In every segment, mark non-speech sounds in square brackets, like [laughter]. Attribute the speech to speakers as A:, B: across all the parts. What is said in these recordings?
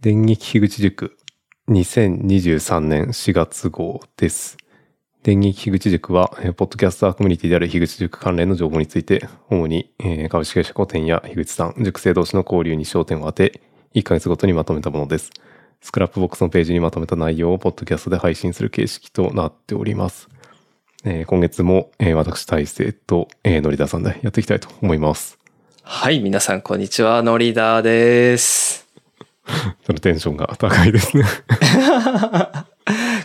A: 電撃樋口塾2023年4月号です。電撃樋口塾は、えーポッドキャスターコミュニティである樋口塾関連の情報について、主に、えー株式会社古典や樋口さん、塾生同士の交流に焦点を当て、1ヶ月ごとにまとめたものです。スクラップボックスのページにまとめた内容をポッドキャストで配信する形式となっております。えー今月も、えー私、大勢と、えー、のりださんでやっていきたいと思います。
B: はい、皆さん、こんにちは。ノリーダーです。
A: そのテンションが高いですね。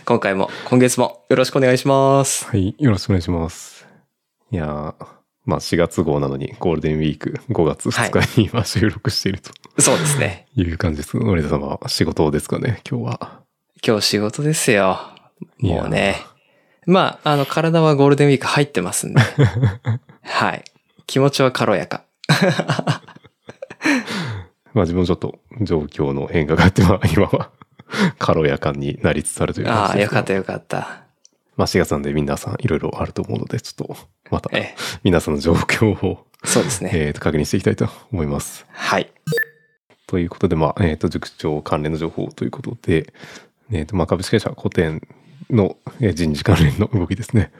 B: 今回も、今月も、よろしくお願いします。
A: はい、よろしくお願いします。いやー、まあ4月号なのにゴールデンウィーク5月2日に今収録していると
B: そうですね。
A: いう感じです。森田様は仕事ですかね、今日は。
B: 今日仕事ですよ。
A: いや
B: もうね。まあ、あの、体はゴールデンウィーク入ってます
A: [laughs]
B: んで。はい。気持ちは軽やか。
A: まあ自分もちょっと状況の変化があって、まあ今は軽やかになりつつあるという感
B: あ
A: じ
B: あ、
A: で
B: よ
A: す
B: か
A: が
B: ったよかった。
A: まあ4月なんで皆さんいろいろあると思うので、ちょっとまた
B: ええ、
A: 皆さんの状況を、
B: そうですね。
A: えーと確認していきたいと思います。
B: はい。
A: ということで、まあ、えっ、と、塾長関連の情報ということで、えっ、と、まあ、株式会社古典の、えー人事関連の動きですね。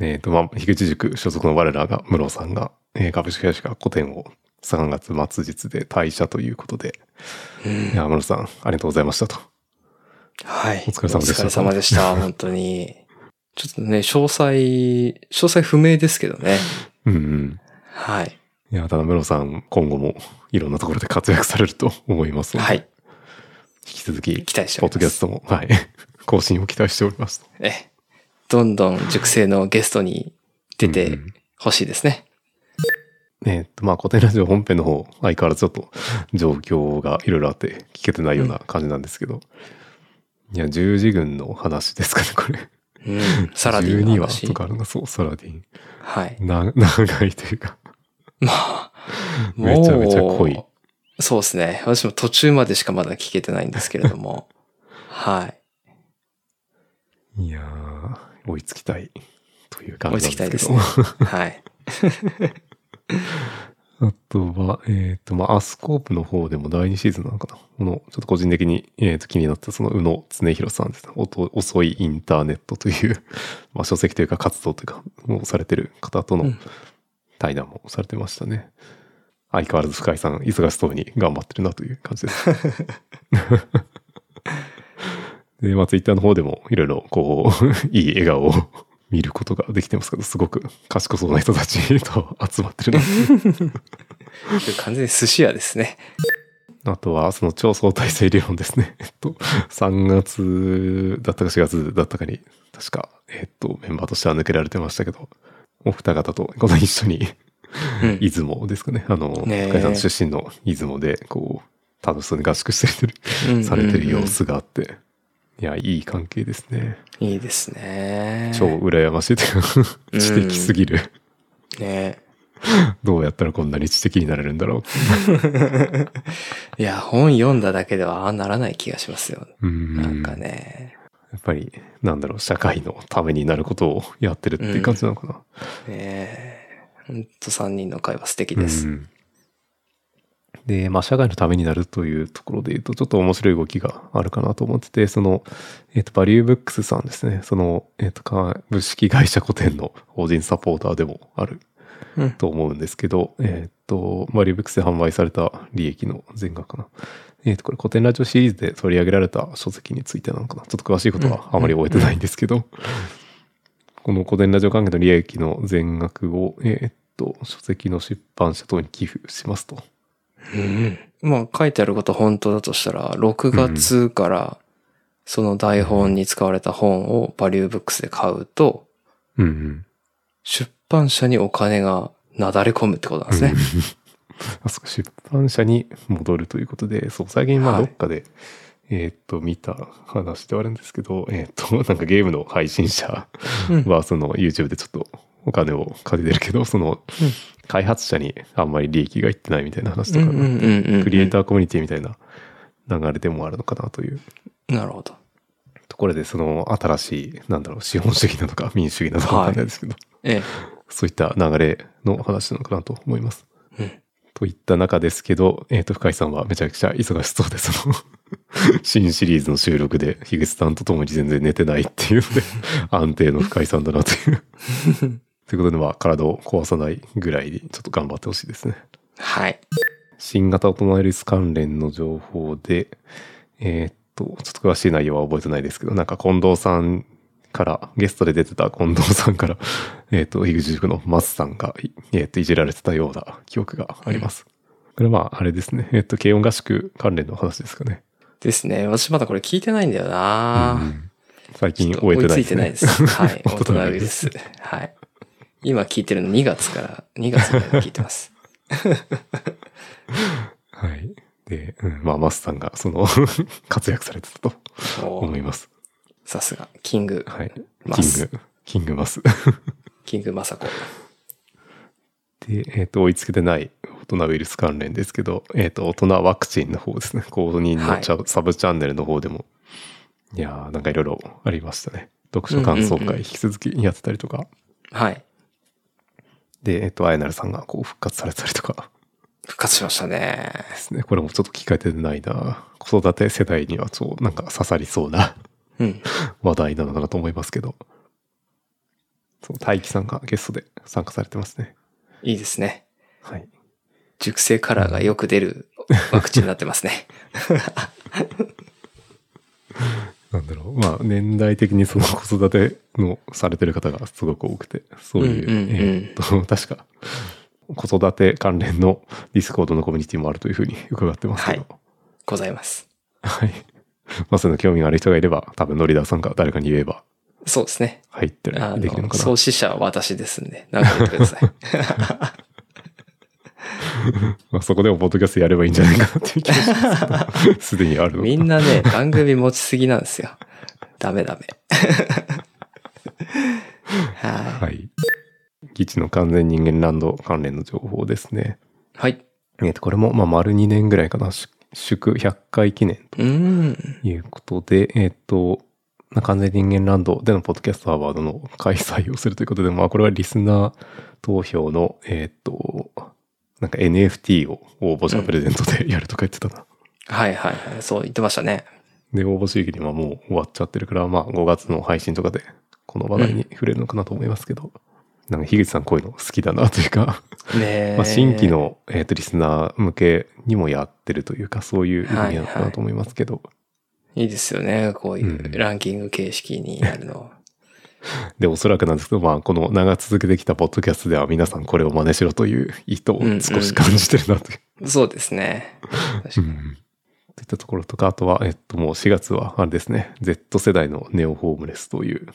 A: えっ、と、まあ、樋口塾所属の我らが、室尾さんが、えー株式会社古典を3月末日で退社ということで、
B: うん
A: いや、室尾さん、ありがとうございましたと。
B: はい。
A: お疲れ様でした
B: お疲れ様でした。本当に。ちょっとね、詳細、詳細不明ですけどね。
A: うんうん。
B: はい。
A: いや、ただ、室尾さん、今後もいろんなところで活躍されると思いますので、
B: はい。
A: 引き続き、
B: 期待してお
A: ポッドキ
B: りま
A: ャ
B: す
A: ス。トも、はい、更新を期待しております。
B: ええ、どんどん熟成のゲストに出
A: うんう
B: て
A: ん
B: ほしいですね。
A: えーっと、まあ、古典ラジオ本編の方、相変わらずちょっと状況がいろいろあって聞けてないような感じなんですけど、いや、十字軍の話ですかね、これ。
B: うん、
A: [laughs]
B: サラディンの
A: 12話
B: 話
A: と。かあるな、そう、サラディン。 [laughs]
B: はい。
A: な長いというか、
B: まあ、
A: めちゃめちゃ濃い
B: もう。そうですね。私も途中までしかまだ聞けてないんですけれど
A: [laughs]
B: も。はい。
A: いやー、追いつきたいという感
B: 追い
A: じなん
B: つきたい
A: で
B: ですす
A: け
B: ね。
A: ど。
B: はい。
A: あとは、えーっと、まあ、アスコープの方でも第2シーズンなのかな。この、ちょっと個人的に、えーっと、気になった、その、宇野恒弘さんですね。おと遅いインターネットという、まあ、書籍というか活動というか、をされてる方と
B: う
A: の
B: ん
A: 対談もされてましたね。相変わらず深井さん、忙しそうに頑張ってるなという感じです。 [laughs] で、まあ、ツイッターの方でも、いろいろ、こう、 [laughs] いい笑顔を見ることができてますけど、すごく賢そうな人たちと集まってるなっていう
B: 完全に寿司屋ですね。
A: あとは、その超相対性理論ですね。え [laughs] っと、3月だったか4月だったかに、確か、えっと、メンバーとしては抜けられてましたけど、お二方と、この一緒に、 [laughs]
B: うん
A: 出雲ですかね。あの、
B: ねえ
A: 深井さんの出身の出雲で、こう、楽しそうに合宿してる、
B: うん
A: されてる様子があって、いや、いい関係ですね。
B: いいですね。
A: 超羨ましいというか、
B: うん
A: 知的すぎる。 [laughs]
B: ね。
A: どうやったらこんなに知的になれるんだろうって。
B: いや、本読んだだけではああならない気がしますよ。
A: うん
B: なんかね。
A: やっぱり、なんだろう、社会のためになることをやってるっていう感じなのかな。
B: ねほんと3人の会話素敵です
A: う。んで、まあ、社会のためになるというところで言うと、ちょっと面白い動きがあるかなと思ってて、その、えっ、と、バリューブックスさんですね、その、えっ、と、株式会社古典の法人サポーターでもある
B: うん
A: と思うんですけど、えっ、と、バリューブックスで販売された利益の全額かな。えっ、と、これ古典ラジオシリーズで取り上げられた書籍についてなのかな。ちょっと詳しいことはあまり終えてないんですけど、この古典ラジオ関係の利益の全額を、えーっと、書籍の出版社等に寄付しますと。
B: うんまあ書いてあること本当だとしたら、6月からその台本に使われた本をバリューブックスで買うと、
A: うんうん。
B: 出版社にお金がなだれ込むってことなんですね。
A: あそこ出版社に戻るということで、そう、最近まあ
B: はい
A: どっかで、えーっと、見た話ではあるんですけど、えーっと、なんかゲームの配信者
B: うん
A: は、その YouTube でちょっとお金を借りてるけど、その、開発者にあんまり利益がいってないみたいな話とかが、クリエイターコミュニティみたいな流れでもあるのかなという。
B: ー。なるほど。
A: ところでその新しいなんだろう資本主義なのか民主主義なのか
B: はい
A: わかんないですけど、
B: え
A: そういった流れの話なのかなと思います。
B: え。うん
A: といった中ですけど、えっ、と、深井さんはめちゃくちゃ忙しそうで、その [laughs] 新シリーズの収録で、樋口さんと共に全然寝てないっていうので、 [laughs] 安定の深井さんだなと
B: [laughs]
A: いう。ということで、まあ、体を壊さないぐらいに、ちょっと頑張ってほしいですね。
B: はい。
A: 新型オトナウイルス関連の情報で、えーっと、ちょっと詳しい内容は覚えてないですけど、なんか近藤さんから、ゲストで出てた近藤さんから、 [laughs] えーっと、樋口塾のマスさんが、いえーっと、いじられてたような記憶があります。これはまあ、あれですね。えーっと、軽音合宿関連の話ですかね。
B: ですね。私まだこれ聞いてないんだよ
A: う
B: な、
A: ん最
B: ちょ
A: 近
B: っと
A: 終えてない
B: 追いついてないで
A: [laughs]
B: す。は
A: 大
B: い。大
A: 人
B: 人
A: がいい
B: で。
A: です
B: はい。今聞いてるの2月から、2月から聞いてます。
A: [laughs] はい。で、うんまあ、マスさんが、その、 [laughs] 活躍されてたと
B: お
A: [laughs] 思い
B: ー
A: ます。
B: さすが、キング、
A: はい。
B: マ
A: キン
B: ス
A: グ、キングマス。
B: キングマサコ。
A: で、えっ、と、追いつけてない大人ウイルス関連ですけど、えっ、と、大人ワクチンの方ですね。公認のチャサブチャンネルの方でも、いやー、なんかいろいろありましたね。読書感想
B: うんうんうん
A: 会、引き続きやってたりとか、
B: はい。
A: で、えっ、と、あやなるさんがこう復活されたりとか [laughs]
B: 復活しましたね。
A: ですね。これもちょっと聞かれてないな。子育て世代には、そう、なんか刺さりそうな [laughs]
B: うん。
A: 話題なのかなと思いますけど。そう、大輝さんがゲストで参加されてますね。
B: いいですね。
A: はい。
B: 熟成カラーがよく出るワクチンになってます
A: [laughs]
B: ね。
A: なんだろう。まあ、年代的にその子育てのされてる方がすごく多くて、そういう、
B: うんうんうん
A: えーっと、 [laughs] 確か、子育て関連のディスコードのコミュニティもあるというふうに伺ってますけど、
B: ございます。
A: はい。 [laughs] まあ、その興味がある人がいれば、多分、ノリダーさんか誰かに言えば
B: そうですね。
A: 入ってる
B: あ
A: できるの
B: の、
A: かな
B: 創。始者は私ですんで、なんか言ってく
A: [laughs]
B: ださい。
A: まあ、そこでもポッドキャストやればいいんじゃないかなっていう気がしますけど、すでにあるの [laughs] か
B: みんなね、番組持ちすぎなんですよ。ダメダメ。 [laughs] は
A: はい。基地の完全人間ランド関連の情報ですね。
B: い。はい。
A: えっ、と、これも、まあ、丸2年ぐらいかな。祝祝100回記念
B: うーん。
A: ということで、えっ、と、まあ完全人間ランドでのポッドキャストアワードの開催をするということで、まあ、これはリスナー投票の、えっ、と、なんか NFT を応募者プレゼントでやるとか言ってたな。
B: はいはいはい。そう言ってましたね。
A: で、応募締め切りはもう終わっちゃってるから、まあ、5月の配信とかで、この話題に触れるのかなと思いますけど、なんか、樋口さんこういうの好きだなというか、
B: ねえ
A: まあ、新規。の、えー、とリスナー向けにもやってるというかそういう意味なのかなと思いますけど、
B: いいですよね。こうい
A: うん
B: うランキング形式になるの。
A: でおそらくなんですけど、まあ、この長続けてきたポッドキャストでは皆さんこれを真似しろという意図を少し感じてるなという。
B: そうですね。確
A: [laughs]
B: か
A: う
B: に
A: んといったところとかあとは、えっと、もう4月はあれです [laughs] ね Z 世代のネオホームレスという、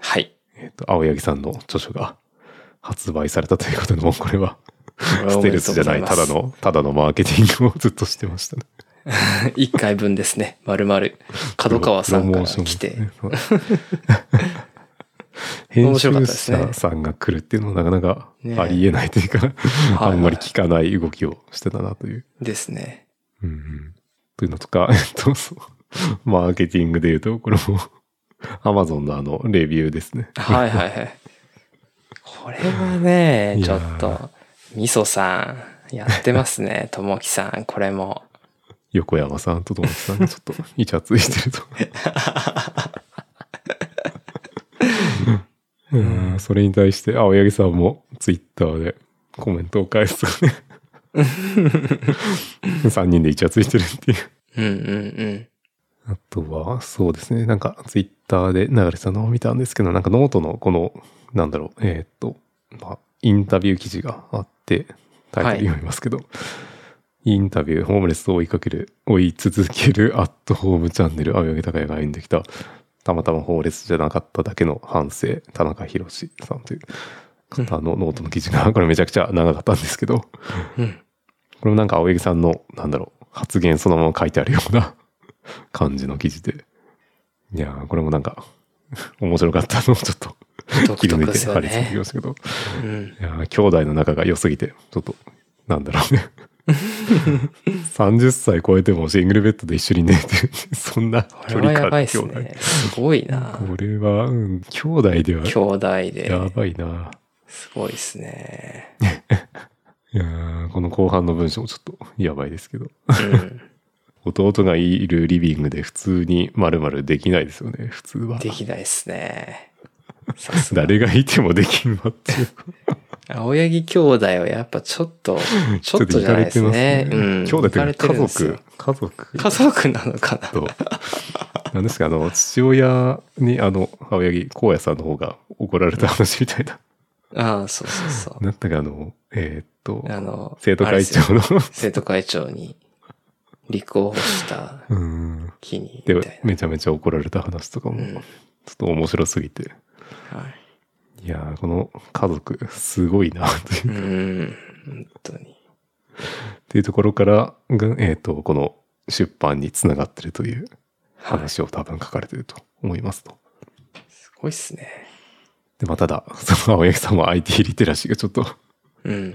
B: はい。
A: えっと、青柳さんの著書が発売されたということでもうこれは
B: ス
A: ステルスじゃないただ。のただのマーケティングをずっとしてましたね。
B: 一回分ですね。まるまる。角川さんから来
A: プ [laughs] ロ
B: て。
A: モーションですね。編
B: 面白か
A: 集
B: ったですね
A: 者さんが来るっていうのはなかなか
B: ね
A: ありえないというか、
B: はい
A: あんまり聞かない動きをしてたなという。
B: ですね。
A: うんうんというのとか、 [laughs] えっと、そうマーケティングで言うと、これも Amazon のあのレビューですね。
B: はいはいはい。これはね
A: い、や
B: ちょ
A: ー
B: っと、みそさん、やってま
A: [laughs]
B: すね。ともきさん、これも。
A: 横山さんと友達さんがちょっとイチャついてる
B: [laughs]
A: と。うん、それに対して青柳さんもツイッターでコメントを返すと
B: [laughs]
A: ね。3人でイチャついてるっていう。
B: うんうんうん。
A: あとは、そうですね。なんか、ツイッターで流れてたのを見たんですけど、なんかノートのこの、なんだろう、えーっと、まあ、インタビュー記事があって、タイトル読みますけど、インタビュー、ホームレスを追いかける、追い続けるアットホームチャンネル、青柳高也が歩んできた、たまたまホームレスじゃなかっただけの反省、田中博さんという方のノートの記事が、これめちゃくちゃ長かったんですけど、こ
B: うん。
A: れもなんか青柳さんの、なんだろう、発言そのまま書いてあるような感じの記事で、いやー、これもなんか、 [laughs] 面白かったのをちょっと
B: 独
A: 切り抜
B: 特
A: い
B: で
A: て
B: す
A: 貼
B: よ
A: り付けてき
B: ね。
A: ましたけど、
B: うん。
A: いやー兄弟の仲が良すぎて、ちょっと、なんだろう
B: [laughs]
A: ね。30歳超えてもシングルベッドで一緒に寝てる、そんな
B: こ
A: 距
B: れ
A: 離
B: はやば
A: 感
B: いですね。すごいな。
A: これは、うん、兄弟では
B: 兄弟
A: や
B: で。
A: ばいな。
B: すごいですね。
A: いやーこの後半の文章もちょっとやばいですけど。
B: うん。
A: 弟がいるリビングで普通に丸々できないですよね、普通は。
B: できないですね。さすが。
A: 誰がいてもできんわっていう。
B: 青柳兄弟はやっぱちょっと、 [laughs] ちょっとじゃないですね。うん。
A: 兄弟と
B: 行か
A: い
B: れ
A: うか
B: て
A: 家
B: るんですよ
A: 族、家族
B: 家族なのかな
A: と、なんですか、あの、父親に、あの、青柳光也さんの方が怒られた話みた
B: [laughs]
A: いな。
B: ああ、そうそうそ
A: なんだかあの、えーっと
B: う。、あの、
A: 生徒
B: あれで
A: 会
B: すよ
A: 長の、
B: 生徒会長に立候補した
A: [laughs] うん。
B: 日に、みた
A: で
B: い、
A: めちゃめちゃ怒られた話とかも、
B: な。うん。
A: ちょ
B: は
A: っと面白すぎて。
B: い。
A: いやー、この家族、すごいな、という [laughs] う。っ
B: ん。本当に。
A: ていうところから、がえーっと、この出版につながってるという
B: はい。す
A: 話を多分書かれてると思いますと。
B: ごいっすね。
A: で、まあ、ただ、 [laughs] その青柳さんは IT リテラシーがちょっと [laughs]
B: うん。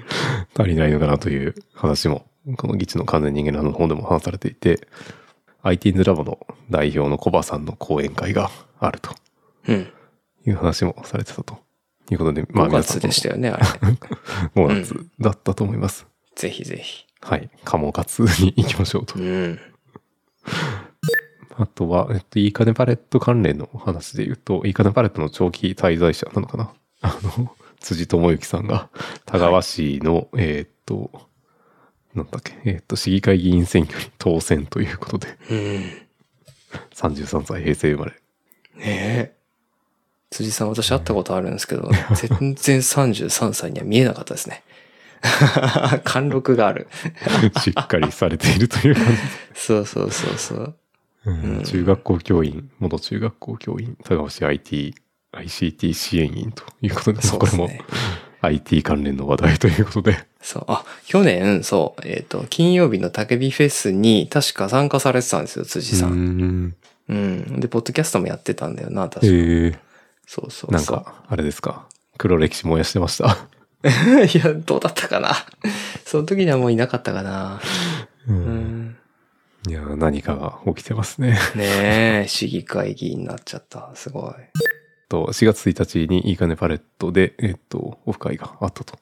A: 足りないのかなという話も、この議地の完全人間の方でも話されていて、IT ズラボの代表のコバさんの講演会があると
B: うん。
A: いう話もされてたということで、
B: 5
A: 皆さん
B: 月でしたよね、あれ。
A: も5月だったと思います。
B: ぜひぜひ。
A: はい。カモカツに行きましょうと
B: う。ん。
A: あとは、えっと、いいかねパレット関連のお話で言うと、いいかねパレットの長期滞在者なのかなあの、 [laughs] 辻智之さんが、田川市の、えーっと、なんだっけ、えーっと、市議会議員選挙に当選ということで、 [laughs]
B: うん。ね
A: 33歳平成生ま
B: [laughs]
A: れ。
B: え。辻さん、私会ったことあるんですけど、
A: [laughs]
B: 全然33歳には見えなかったですね。 [laughs] 貫禄がある。
A: しっかりされているという感じ。
B: そうそうそうそう。
A: うん
B: うん
A: 中学校教員、元中学校教員、田川市 IT、ICT 支援員ということで、
B: そう
A: こ
B: で
A: れ
B: す
A: も
B: ね。
A: IT 関連の話題ということで。
B: そう。あ、去年、そう、えっ、と、金曜日のたけびフェスに確か参加されてたんですよ、辻さ。
A: うんーん
B: うん。で、ポッドキャストもやってたんだよな、確か。
A: へえ
B: そうそうそう。
A: なん。か、あれですか。黒歴史燃やしてました。
B: [laughs] いや、どうだったかな。 [laughs] その時にはもういなかったかな。
A: う、
B: うんん。
A: いやー、何かが起きてますね。
B: ねえ、市議会議員になっちゃった。すごい。
A: と、4月1日にいいかねパレットで、えっと、オフ会があったと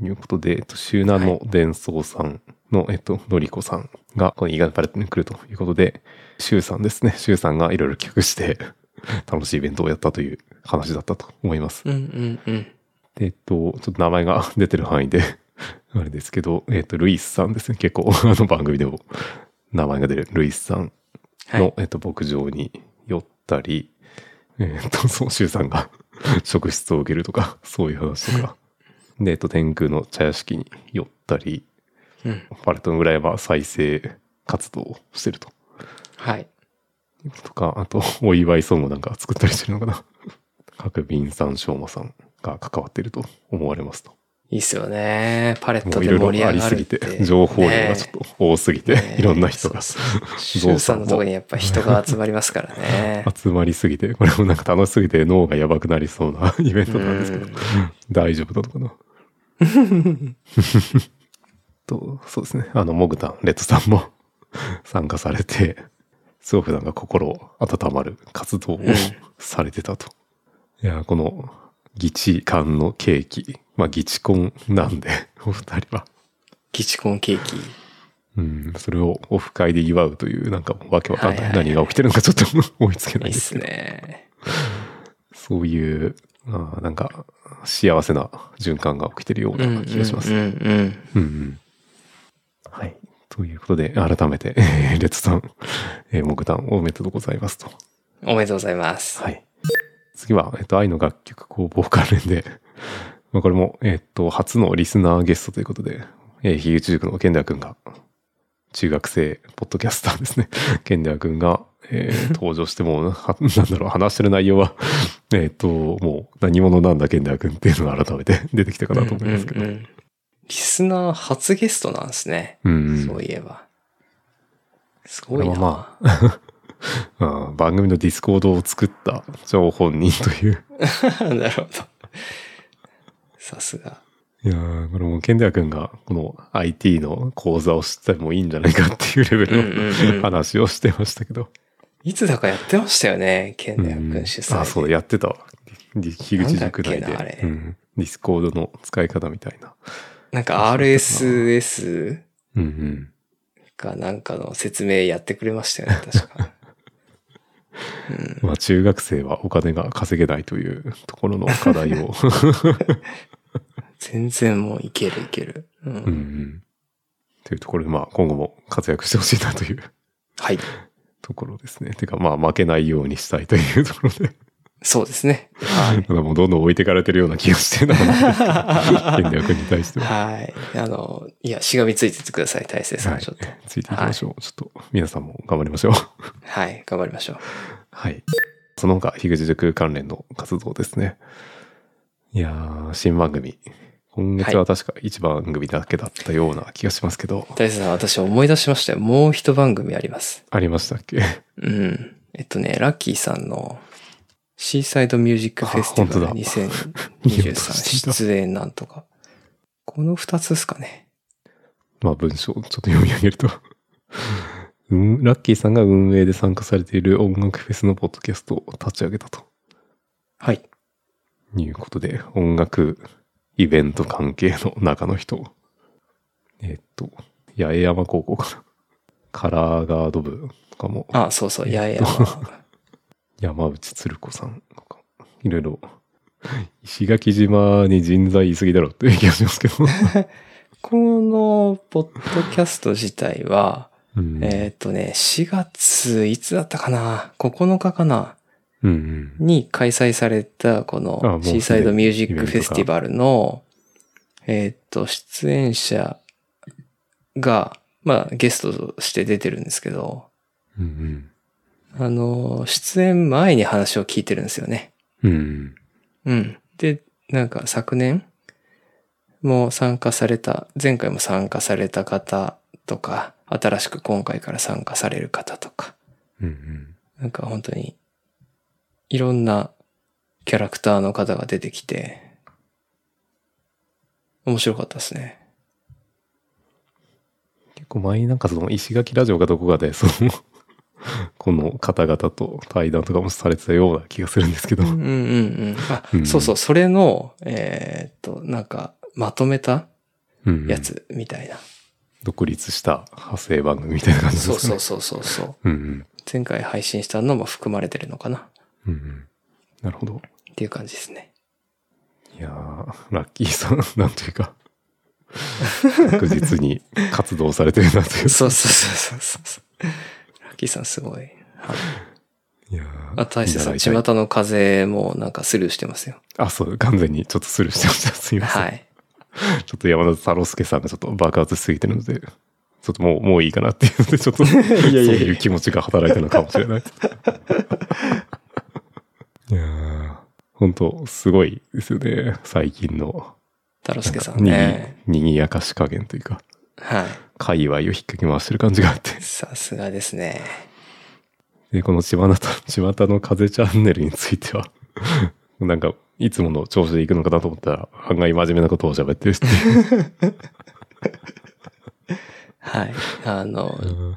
A: いうことで、えっと、周南の伝送さんの、えっと、のりこさんが、このいいかねパレットに来るということで、周さんですね。周さんがいろいろ企画して、 [laughs] 楽しいイベントをやったという話だったと思います。
B: うんうんうん。
A: でえっと、ちょっと名前が出てる範囲で、あれですけど、えっと、ルイスさんですね。結構、あの番組でも名前が出る。ルイスさん
B: はい。
A: の、えっと、牧場に寄ったり、えっと、そう、周さんが [laughs] 職質を受けるとか、そういう話とか。で、えっと、天空の茶屋敷に寄ったり、
B: うん。
A: パレットの裏山再生活動をしてると。
B: はい。
A: とか、あと、お祝いソングなんか作ったりしてるのかな。 [laughs] 各便さん、しょうまさんが関わっていると思われますと。
B: いいっすよね。パレッ
A: も
B: ト
A: うい
B: で
A: ろ
B: 盛
A: い
B: り
A: ろあ
B: 上
A: り
B: が
A: す
B: るっ
A: ぎ
B: て。
A: て、 [laughs] 情報量がちょっと多すぎて、
B: ねえ
A: いろんな人が
B: そうそう周さんのとこにやっぱ人が集まりますからね。
A: [laughs] 集まりすぎて、これもなんか楽しすぎて脳がやばくなり [laughs] そうな [laughs] イベントなんですけど
B: うん、
A: 大丈夫なのかなと、そうですね。あの、モグタン、レッドさんも [laughs] 参加されて、すごくなんか心温まる活動を
B: うん
A: されてたと。いや、この、議地間のケーキ、まあ、議地婚なんで、 [laughs] お二人は。
B: ギチコンケーキ。
A: うん、それをオフ会で祝うという、なんかもうわけわかん
B: はい
A: な
B: はいいはい
A: 何が起きてるのかちょっと追いつけない
B: い
A: ん
B: いっ
A: です
B: す
A: けど、
B: ね。
A: そういう、あーなんか幸せな循環が起きてるような気がします。
B: う
A: うんん
B: うんうん
A: うんはい。ということで、改めて、 [laughs] えーレッツさん、えー、木炭おめでとうございますと。
B: うん。おめでとうございます。
A: はい。次は、えっと、愛の楽曲工房関連で、まあこれも、えっと、初のリスナーゲストということで、えー、ひぐち塾の健太くんが、中学生、ポッドキャスターですね。 [laughs] 健太くんが、えー登場してもう、はなんだろう、話してる内容は、えっと、もう、何者なんだ健太くんっていうのが改めて [laughs] 出てきたかなと思いますけど。
B: うんうんうんリスナー初ゲストなんですね。
A: うん
B: そういえば。すごい
A: こ
B: な。
A: れはまあー番組のディスコードを作った張本人という。
B: [laughs]
A: [laughs]
B: なるほど。さすが。
A: いやー、これもう健太くんが、この IT の講座を知ったらもういいんじゃないかっていうレベルの、
B: うんうんうん
A: 話をしてましたけど。
B: いつだかやってましたよね、ケンダヤ君主催で。
A: あ、そうだ、やってたわ。り樋口塾内
B: なんだっけなあれ
A: で、うんディスコードの使い方みたいな。
B: なんか RSS
A: うん
B: がなんかの説明やってくれまし
A: [laughs]
B: たよね、確か。うん、
A: まあ中学生はお金が稼げないというところの課題
B: [laughs]
A: を。
B: 全然もういけるいける。うん
A: うんうん。というところで、まあ今後も活躍してほしいなという
B: はい。
A: ところですね。てかまあ負けないようにしたいというところで。
B: そうですね。はい。
A: ただもうどんどん置いてかれてるような気がしてな戦略に対しては。
B: はい。あの、いや、しがみついててください、大成さ
A: は
B: ん、
A: い
B: ちょっと。。
A: ついていきましょう。ちょっと皆さんも頑張りましょう。
B: はい、頑張りましょう。
A: はい。その他、樋口塾関連の活動ですね。いやー、新番組。今月は確か1番組だけだったような気がしますけど、
B: 大成さん、私思い出しましたよ。もう一番組あります。
A: ありましたっけ
B: うん。えっとね、ラッキーさんのシーサイドミュージックフェスティバ
A: あ
B: ル
A: 本 [laughs] 見落として
B: 2023
A: た
B: 出演なんとか。この二つですかね。
A: まあ文章をちょっと読み上げると。うん、ラッキーさんが運営で参加されている音楽フェスのポッドキャストを立ち上げたと
B: はい。
A: いうことで、音楽イベント関係の中の人。えっと、八重山高校かな。カラーガード部とかも
B: あ、そうそう、八重山。
A: 山内鶴子さんとか、いろいろ、石垣島に人材言い過ぎだろっていう気がしますけ
B: [laughs]
A: ど。
B: [laughs] このポッドキャスト自体は、
A: うん
B: えーっとね、4月、いつだったかな ?9 日かな
A: うんうん。
B: に開催された、こ
A: あも
B: の
A: うすで
B: シ
A: に
B: ーサイドミュージックフェスティバルの、えーっと、出演者が、まあ、ゲストとして出てるんですけど、
A: うん
B: あの、出演前に話を聞いてるんですよね。
A: うん。うん
B: うん。で、なんか昨年も参加された、前回も参加された方とか、新しく今回から参加される方とか、
A: うん。うん
B: なんか本当に、いろんなキャラクターの方が出てきて、面白かったですね。
A: 結構前になんかその石垣ラジオがどこかで、その、この方々と対談とかもされてたような気がするんですけど。
B: うんうんうん。あ、
A: うん
B: そうそう、それの、えーっと、なんか、まとめた
A: うん
B: や。つみたいな。
A: 独立した派生番組みたいな感じです
B: そうそ
A: ね
B: う。そうそうそう。
A: うんうん。
B: 前回配信したのも含まれてるのかな
A: うんうん。なるほど。
B: っていう感じですね。
A: いやー、ラッキーさん、なんというか、確実に活動されてるなという。
B: そうそうそうそうそう。ラッキーさんすごい。はい
A: いやー
B: あ、大勢さん、
A: 見習いたい
B: 巷の風もなんかスルーしてますよ。
A: あ、そう、完全にちょっとスルーしてました。すいません。
B: はい。
A: ちょっと山田太郎介さんがちょっと爆発しすぎてるので、ちょっともう、もういいかなっていうので、ちょっと、
B: [laughs] いやいや
A: そういう気持ちが働いたのかもしれない。いやー本当すごいですよね。最近の、
B: 太郎介さん
A: にぎ
B: ね。
A: にぎやかし加減というか、
B: は
A: 界隈を引っ掛け回してる感じがあって [laughs]
B: い。。さすがですね。
A: で、このちまなた、 [laughs] ちまたの風チャンネルについては、 [laughs] なんか、いつもの調子でいくのかなと思ったら、案外真面目なことを喋ってるっていう。
B: はい。 [laughs] あの、
A: うん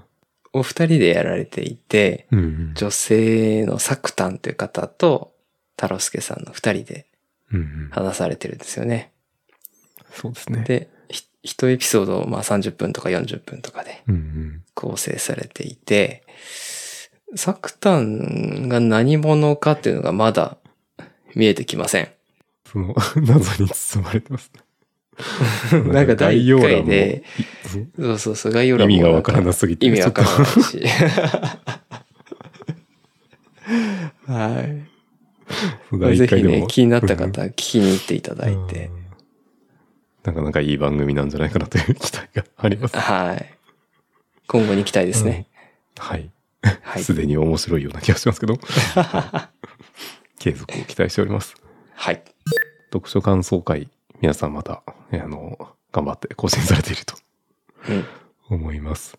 B: お二人でやられていて、
A: [laughs] うん
B: 女性のサクタンという方と、太郎介さんの二人で
A: うんうん
B: 話されてるんですよね。
A: そうですね。
B: で、ひ一エピソードをまあ30分とか40分とかで
A: うんうん
B: 構成されていて、サクタンが何者かっていうのがまだ見えてきません。
A: その、 [laughs] 謎に包まれてますね。
B: [laughs] なんか第1回で、
A: そう
B: そうそうそう、概要
A: 意
B: 欄も
A: 味が
B: ん
A: わからなすぎて。
B: 意味わから
A: ちょ
B: ないし。
A: [laughs]
B: は
A: っと
B: い。
A: 第
B: ぜ
A: 一
B: ひ
A: 回で
B: ね、
A: も
B: 気になった方、聞きに行っていただいて。。
A: うんなかなかいい番組なんじゃないかなという期待があります。
B: はい。今後に期待ですね。
A: はい。
B: はい
A: す。でに面白いような気がしますけど。継続を期待しております。
B: はい。
A: 読書感想会、皆さんまた、えあの、頑張って更新されていると
B: うん。
A: 思います。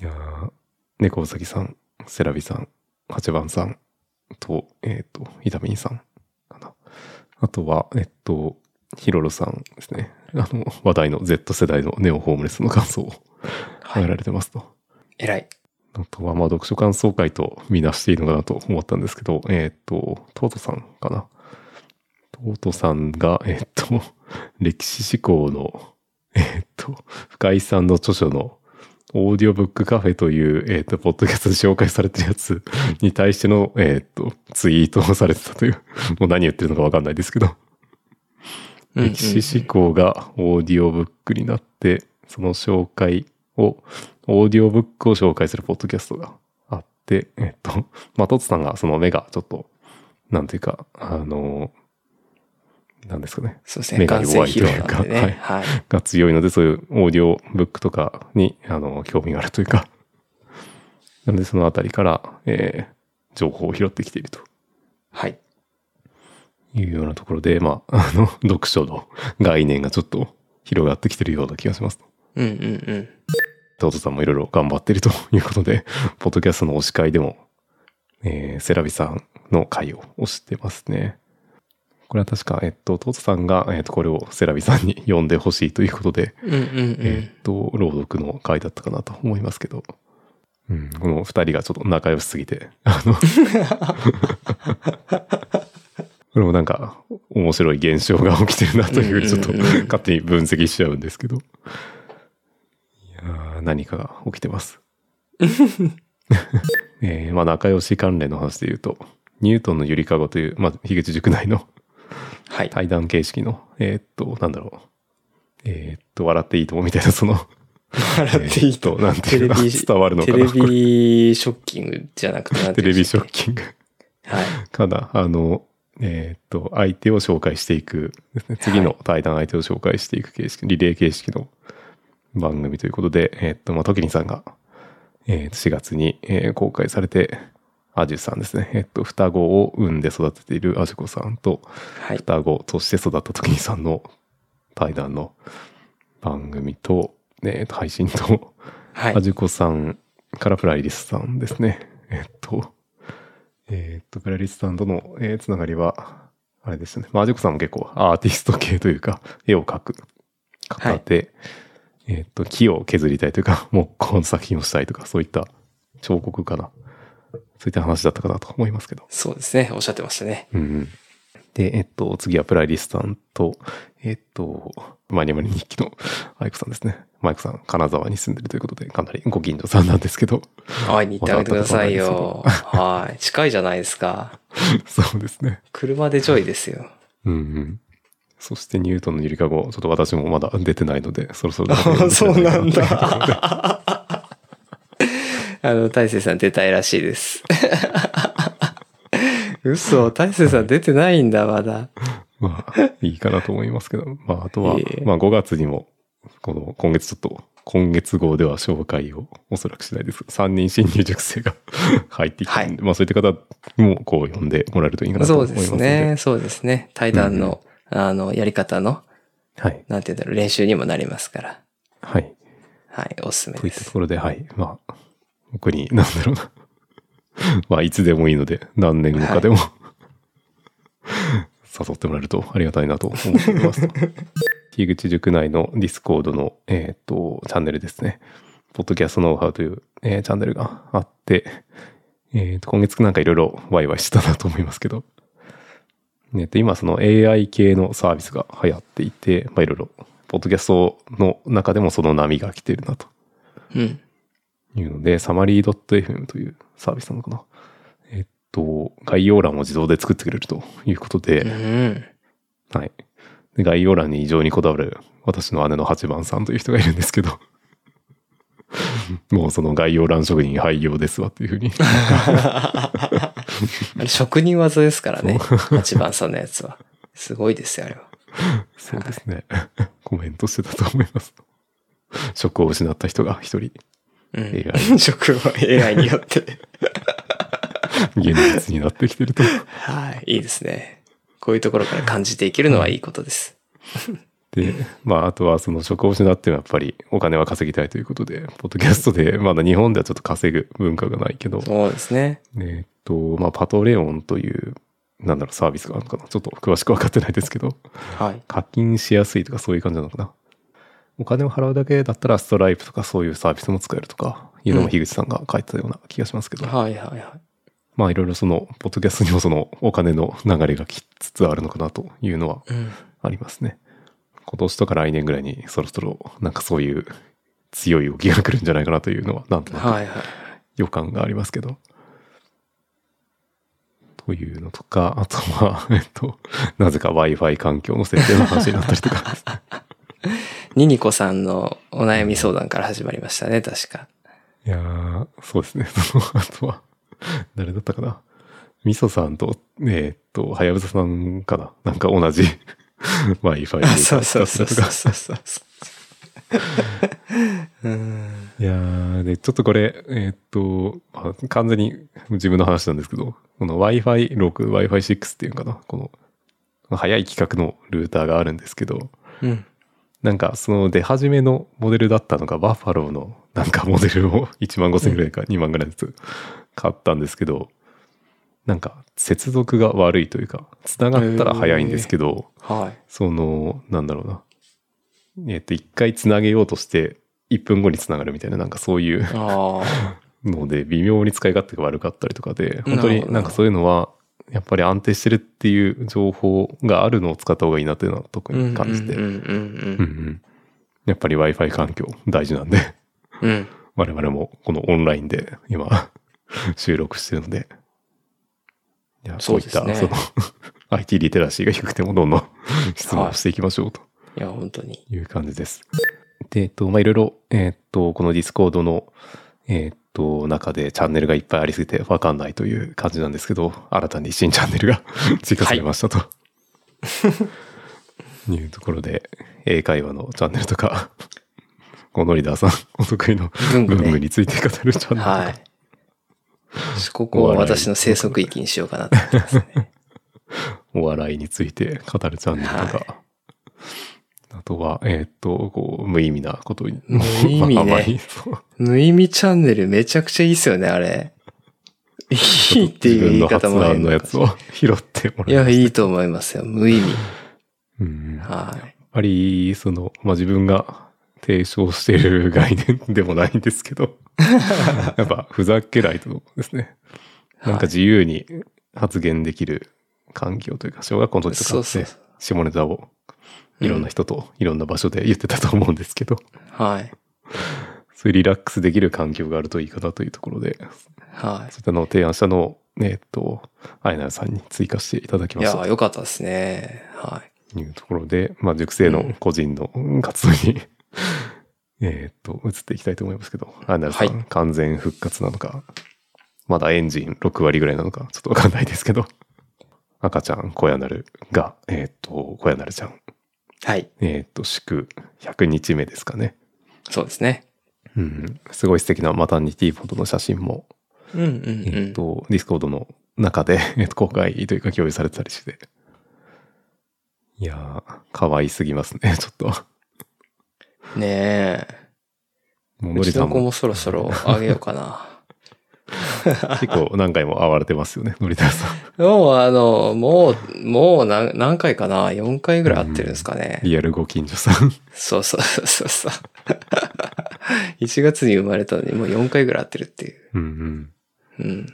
A: いやー猫うさぎさん、セラビさん、八番さんと、えっ、と、イタミンさんかな。あとは、えっと、ヒロロさんですね。あの、話題の Z 世代のネオホームレスの感想を
B: は
A: や
B: い。
A: られてますと。
B: 偉い。
A: あとは、まあ、読書感想会とみなしていいのかなと思ったんですけど、えーっと、トートさんかな。トートさんが、えーっ [laughs] と、歴史思考の、えーっと、深井さんの著書のオーディオブックカフェという、えっ、と、ポッドキャストで紹介されてるやつに対しての、えっ、と、ツイートをされてたという、もう何言ってるのかわかんないですけど、
B: うんうん
A: 歴史思考がオーディオブックになって、その紹介を、オーディオブックを紹介するポッドキャストがあって、えっと、まあ、トツさんがその目がちょっと、なんていうか、あの、なんですかね、
B: そうですね。
A: 目が
B: 眼性
A: 弱いと
B: 疲
A: いう
B: 労
A: か
B: なんでね。はい。
A: が強いので、そういうオーディオブックとかに、あの、興味があるというか、なのでそのあたりから、えー情報を拾ってきていると
B: はい。
A: いうようなところで、まあ、あの、読書の概念がちょっと広がってきてるような気がします。
B: うんうんうん。
A: トトさんもいろいろ頑張ってるということで、 [laughs] ポッドキャストの推し会でも、えーセラビさんの会を推してますね。これは確か、えっと、トトさんが、えっと、これをセラビさんに読んでほしいということで、
B: うんうんう
A: え
B: ん。
A: っと、朗読の会だったかなと思いますけど、うん、この二人がちょっと仲良しすぎ [laughs] て、あの、これもなんか、面白い現象が起きてるなという、ちょっと
B: うんうんうん
A: 勝手に分析しちゃうんですけど、いやー何かが起きて [laughs] ます。えーまあ仲良し関連の話で言うと、ニュートンのゆりかごという、まあ、樋口塾内の
B: はい。
A: 対談形式の、えーっと、なんだろう。えーっと、笑っていいともみたいな、その、
B: 笑っていい
A: えーっとなんていうの
B: テレビ
A: 伝わるのか
B: テ
A: な
B: レ
A: これ
B: ビショッキングじゃなくてなん
A: テ
B: て言
A: レ
B: うん
A: ビ
B: でし
A: シ
B: た
A: ョ
B: っ
A: ッキング
B: けはい。
A: かな。あの、えーっと、相手を紹介していく、次の対談相手を紹介していく形式、リレー形式の番組ということで、えーっと、まあ、トキリンさんが、えーっと4月に、えー公開されて、アジュさんですね。えーっと、双子を産んで育てているアジュコさんと、
B: はい。
A: 双子として育った時にさんの対談の番組と、ね、配信と、
B: はい
A: あ。じこさんからプライリスさんですね。えっと、えっと、プライリスさんとの、えーつながりは、あれですよね。まあ、あじこさんも結構アーティスト系というか、絵を描く方で、えっと、木を削りたいというか、 [laughs] 木工の作品をしたいとか、そういった彫刻かな。そういった話だったかなと思いますけど。
B: そうですね。おっしゃってましたね。
A: うんうん。で、えっと、次はプライリスさんと、えっと、マニアマニ日記の [laughs] マイクさんですね。マイクさん、金沢に住んでるということで、かなりご近所さんなんですけど、 [laughs]
B: 会いに行ってあげてくださいよ。はい。近いじゃないですか。
A: そうですね。
B: 車でちょいですよ。
A: うんうん。そしてニュートンのゆりかご、ちょっと私もまだ出てないので、そろそろ。
B: あそうなん。だ。あの、大勢さん出たいらしいです。 [laughs] 嘘、大勢さん出てないんだ、まだ。
A: まあ、いいかなと思いますけど、まあ、あとは、
B: いえいえ
A: まあ、5月にも、この、今月ちょっと、今月号では紹介をおそらくしないですが、3人新入塾生が [laughs] 入ってきてるんで、まあ、そういった方も、こう、読んでもらえるといいかなと
B: そ
A: 思
B: う
A: い
B: で
A: ます
B: す
A: ので。
B: ね。そうですね。対談の、あの、やり方の、
A: はい。
B: なんて言うんだろう、練習にもなりますから。
A: はい。
B: はい、おすすめ
A: とい
B: で
A: ったと
B: す。
A: ころで、はい。まあ、僕に、なんだろうな。 [laughs] まあ、いつでもいいので、何年後かでも、誘ってもらえるとありがたいなと思っております。
B: [laughs]
A: 樋口塾内のディスコードの、えっ、と、チャンネルですね。ポッドキャストノウハウという、えーチャンネルがあって、えっ、と、今月なんかいろいろワイワイしてたなと思いますけど、えっと、今その AI 系のサービスが流行っていて、まあいろいろ、ポッドキャストの中でもその波が来てるなと
B: うん。
A: いうので、サマリー .fm というサービスなのかな。えっと、概要欄を自動で作ってくれるということ
B: う
A: で、
B: ん。
A: はい。で概要欄に異常にこだわる私の姉の八番さんという人がいるんですけど、もうその概要欄職人廃業ですわっていうふうに。
B: あれ、職人技ですからね。8番さんのやつは。すごいですよ、あれは。
A: そうですね。コメントしてたと思います。職を失った人が一人、
B: うん。職は AI によって。
A: 現実になってきてると。
B: はい、いいですね。こういうところから感じていけるのはいいことです。
A: で、まあ、あとはその職を失ってもやっぱりお金は稼ぎたいということで、ポッドキャストで、 [laughs] まだ日本ではちょっと稼ぐ文化がないけど、
B: そうですね。
A: えーっと、まあ、パトレオンという、なんだろう、サービスがあるのかな。ちょっと詳しく分かってないですけど、
B: はい。
A: 課金しやすいとかそういう感じなのかな。お金を払うだけだったら、ストライプとかそういうサービスも使えるとか、いうのも樋口さんが書いてたような気がしますけど、
B: はいはいは。
A: まあ、いろいろその、ポッドキャストにもその、お金の流れが来つつあるのかなというのはい
B: うん。
A: ありますね。今年とか来年ぐらいにそろそろなんかそういう強い動きが来るんじゃないかなというのは、なんとなく
B: はいはい。
A: 予感がありますけど。というのとか、あとは、 [laughs] えっと、なぜか Wi-Fi 環境の設定の話になったりとか。
B: ニニコさんのお悩み相談から始まりましたね、確か。
A: いやー、そうですね。 [laughs] その、あとは、誰だったかな。みそさんと、えーっと、はやぶささんかな。なんか同じ [laughs] Wi-Fi
B: あ、そうそう
A: 使
B: そ
A: っ
B: う
A: てた
B: そ
A: とか
B: うそうそうそう。うん。
A: いやー、で、ちょっとこれ、えーっと、まあ完全に自分の話なんですけど、この Wi-Fi6、Wi-Fi6 っていうのかな。この、早い規格のルーターがあるんですけど、
B: うん。
A: なんかその出始めのモデルだったのがバッファローのなんかモデルを [laughs] 1万5千ぐらいか2万ぐらいずつ買ったんですけど、なんか接続が悪いというか、繋がったら早いんですけど、
B: はい。
A: その、なんだろうな。えっと、一回繋げようとして1分後に繋がるみたいな、なんかそういう
B: あ
A: ので微妙に使い勝手が悪かったりとかで本当
B: なるほ
A: に
B: ど
A: なんかそういうのはやっぱり安定してるっていう情報があるのを使った方がいいなっていうのは特
B: あ。うん
A: に感じて、
B: うんうん
A: うんうんやっぱり Wi-Fi 環境大事なんで [laughs]
B: うん。うん。
A: 我々もこのオンラインで今 [laughs] 収録してるのでいや
B: そ
A: そうう
B: で
A: いっ
B: す
A: た
B: ね
A: その [laughs] IT リテラシーが低くてもどんど [laughs] ん質問していきましょうと
B: いや、本当に。
A: いう感じです。で、えっと、まあ、いろいろ、えっと、このディスコードの、えっと、中でチャンネルがいっぱいありすぎてわかんないという感じなんですけど、新たに新チャンネルが [laughs] 追加されましたと。い、うところで、英会話のチャンネルとか、このリーダーさん、お得意の
B: 文具
A: 文具
B: ね。
A: について語るチャンネルとか、
B: はい。ここは私の生息域にしようかなと思ってますね。
A: お笑いについて語るチャンネルとか、
B: は
A: あとは、えっと、こう、無意味なことに、
B: 無意味
A: [laughs]
B: ね
A: まああまりそう
B: 無意味チャンネルめちゃくちゃいいっすよね、あれ。いいっていう言い方も
A: 自分の発
B: 変
A: 案のやつを拾っても
B: い
A: ら
B: や、
A: いました
B: いいと思いますよ。無意味。
A: うんやっ
B: はい。
A: ぱり、その、まあ、自分が提唱している概念でもないんですけ
B: [laughs]
A: ど、やっぱ、ふざけないとですね。なんか自由に発言できる環境というか、小学校の時とか
B: そう
A: っ
B: そう
A: て
B: そ、
A: 下ネタをいろんな人といろんな場所で言ってたと思うんですけど、
B: はい。
A: そういうリラックスできる環境があるといいかなというところで、
B: は
A: そういったのを提案したのを、えっと、アイナルさんに追加していただき
B: い。い
A: ました
B: や、。良かったですね。は
A: というところで、まあ、熟成の個人の活動に、 [laughs] えーっと、移っていきたいと思いますけど、アンダルさん、
B: はい
A: 完全復活なのか、まだエンジン6割ぐらいなのか、ちょっとわかんないですけど、 [laughs] 赤ちゃん、小屋なるが、えーっと、小屋なるちゃん、
B: い。はい。
A: えーっと、祝100日目ですかね。
B: そうですね。
A: うん、すごい素敵なマタニティフォトの写真も、
B: うんうん
A: え
B: うん。
A: ーっと、ディスコードの中で、 [laughs] えーっと、公開というか共有されてたりして、いやー、可愛すぎますね、 [laughs] ちょっと。
B: ねえ。
A: もう
B: う
A: のり
B: ち
A: さ
B: の
A: ん
B: 子も
A: も
B: そろそろあげようかな。 [laughs]
A: 結構何回も会われてますよね、 [laughs] のりた
B: [laughs]
A: さん。
B: もうあの、もう、もう何何回かな ?4 回ぐらい会ってるんですかね。
A: リアルご近所さん。 [laughs]
B: そうそうそうそうそう。1月に生まれたのにもう4回ぐらい会ってるっていう。
A: うんうん。
B: うん。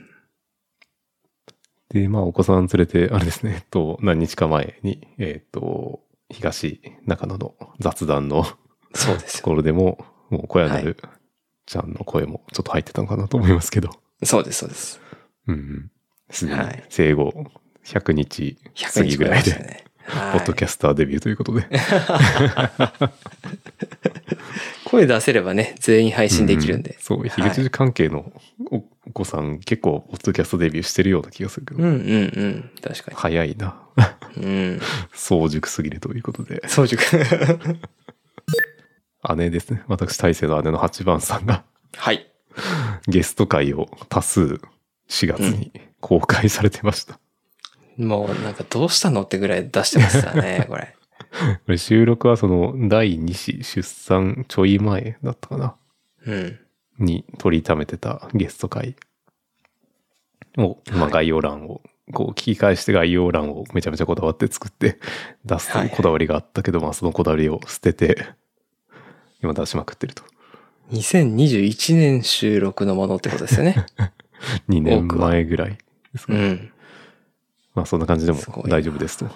A: で、まあ、お子さん連れて、あれですね、 [laughs] えっと、何日か前に、えっと、東中野の雑談
B: [laughs]
A: の
B: そうです
A: と
B: よ。
A: ころでも、もう小屋なるちゃんの声もちょっと入ってたのかなと思いますけど。 [laughs]
B: そうです、そうです。
A: うんうん。すでに
B: はい
A: 生後100日過
B: 100
A: ぎ
B: 日
A: ぐ
B: ぐら
A: ら
B: い
A: い
B: で
A: で、
B: したね。は
A: ポッド
B: い。
A: キャスターデビューということ
B: [laughs]
A: で。
B: 声出せればね、全員配信できるん
A: う
B: で。
A: そう、樋口塾関係のおお子さん結構、ポッドキャストデビューしてるような気がするけど。
B: うんうんうん。確か
A: 早いな。
B: に。うん。
A: 早熟すぎるということで、
B: そうじゅ
A: 姉ですね。私、大勢の姉の8番さんが
B: [laughs]
A: [laughs]
B: はい。
A: ゲスト会を多数4月に公開されてました。
B: もうなんかどうしたのってぐらい出してました [laughs] ね、これ。
A: これ収録はその第2子出産ちょい前だったかな
B: うん。
A: に取りためてたゲスト会を、ま
B: は
A: あ
B: い
A: 概要欄を、こう聞き返して概要欄をめちゃめちゃこだわって作って出すというこだわりがあったけど、まあそのこだわりを捨てて、今出しまくってると。
B: 2021年収録のものってことですよ [laughs] ね。
A: 2年
B: 多くは
A: 前ぐらいですか
B: う
A: ね。
B: ん。
A: まあそんな感じでも
B: すごいな
A: 大丈夫ですと。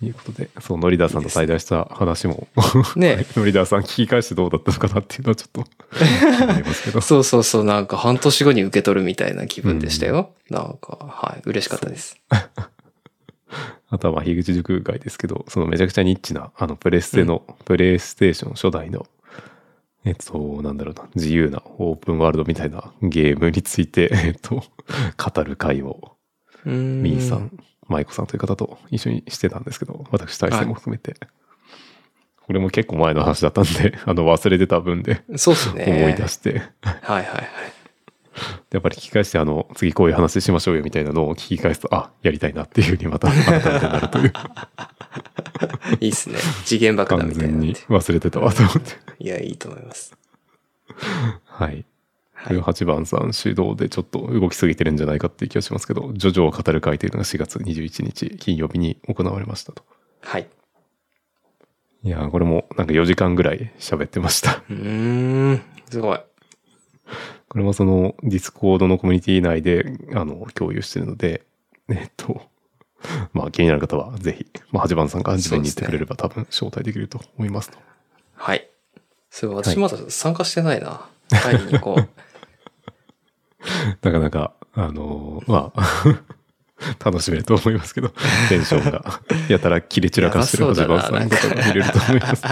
A: いうことで、そう、ノリダーさんと対談した話も、
B: ね
A: [laughs] ノリダーさん聞き返してどうだったのかなっていうのはちょっと気になりますけど。
B: そうそうそう、なんか半年後に受け取るみたいな気分でしたよ。なんか、はい、嬉しかったです。
A: あとはまあ、樋口塾外ですけど、そのめちゃくちゃニッチな、あの、プレステの、プレイステーション初代の、えっと、なんだろうな、自由なオープンワールドみたいなゲームについて、えっと、語る会を、
B: うーん。
A: みーさん、舞子さんという方と一緒にしてたんですけど、私大戦も含めて。これも結構前の話だったんで、 [laughs] あの、忘れてた分で
B: そうっすね。
A: 思い出して、
B: はいはいはい。
A: やっぱり聞き返して、あの、次こういう話しましょうよみたいなのを聞き返すと、あ、やりたいなっていうふうにまた [laughs] 改めてなるという、
B: いいっすね。次元爆弾
A: 完
B: みたい
A: 全
B: なん
A: に
B: で。
A: 忘れてたわと思って。
B: いや、いいと思います。
A: はい。
B: はい
A: 18番さん主導でちょっと動きすぎてるんじゃないかっていう気がしますけど、ジョジョを語る会というのが4月21日金曜日に行われましたと。
B: はい。
A: いやー、これもなんか4時間ぐらい喋ってました。
B: うーん、すごい。
A: これもそのディスコードのコミュニティ内であの共有してるので、えっと、まあ気になる方はぜひ、まあ8番さんが事前に言ってくれれば多分招待できると思いますと。
B: はい。すごい。私まだ参加してないな。会議に行こう。 [laughs]
A: なかなか、あのーまあ、 [laughs] 楽しめると思いますけど、テンションが、やたら切れ散らかしてる
B: やばそ
A: 8
B: うだ
A: 番
B: な
A: さんのことが見れると思います。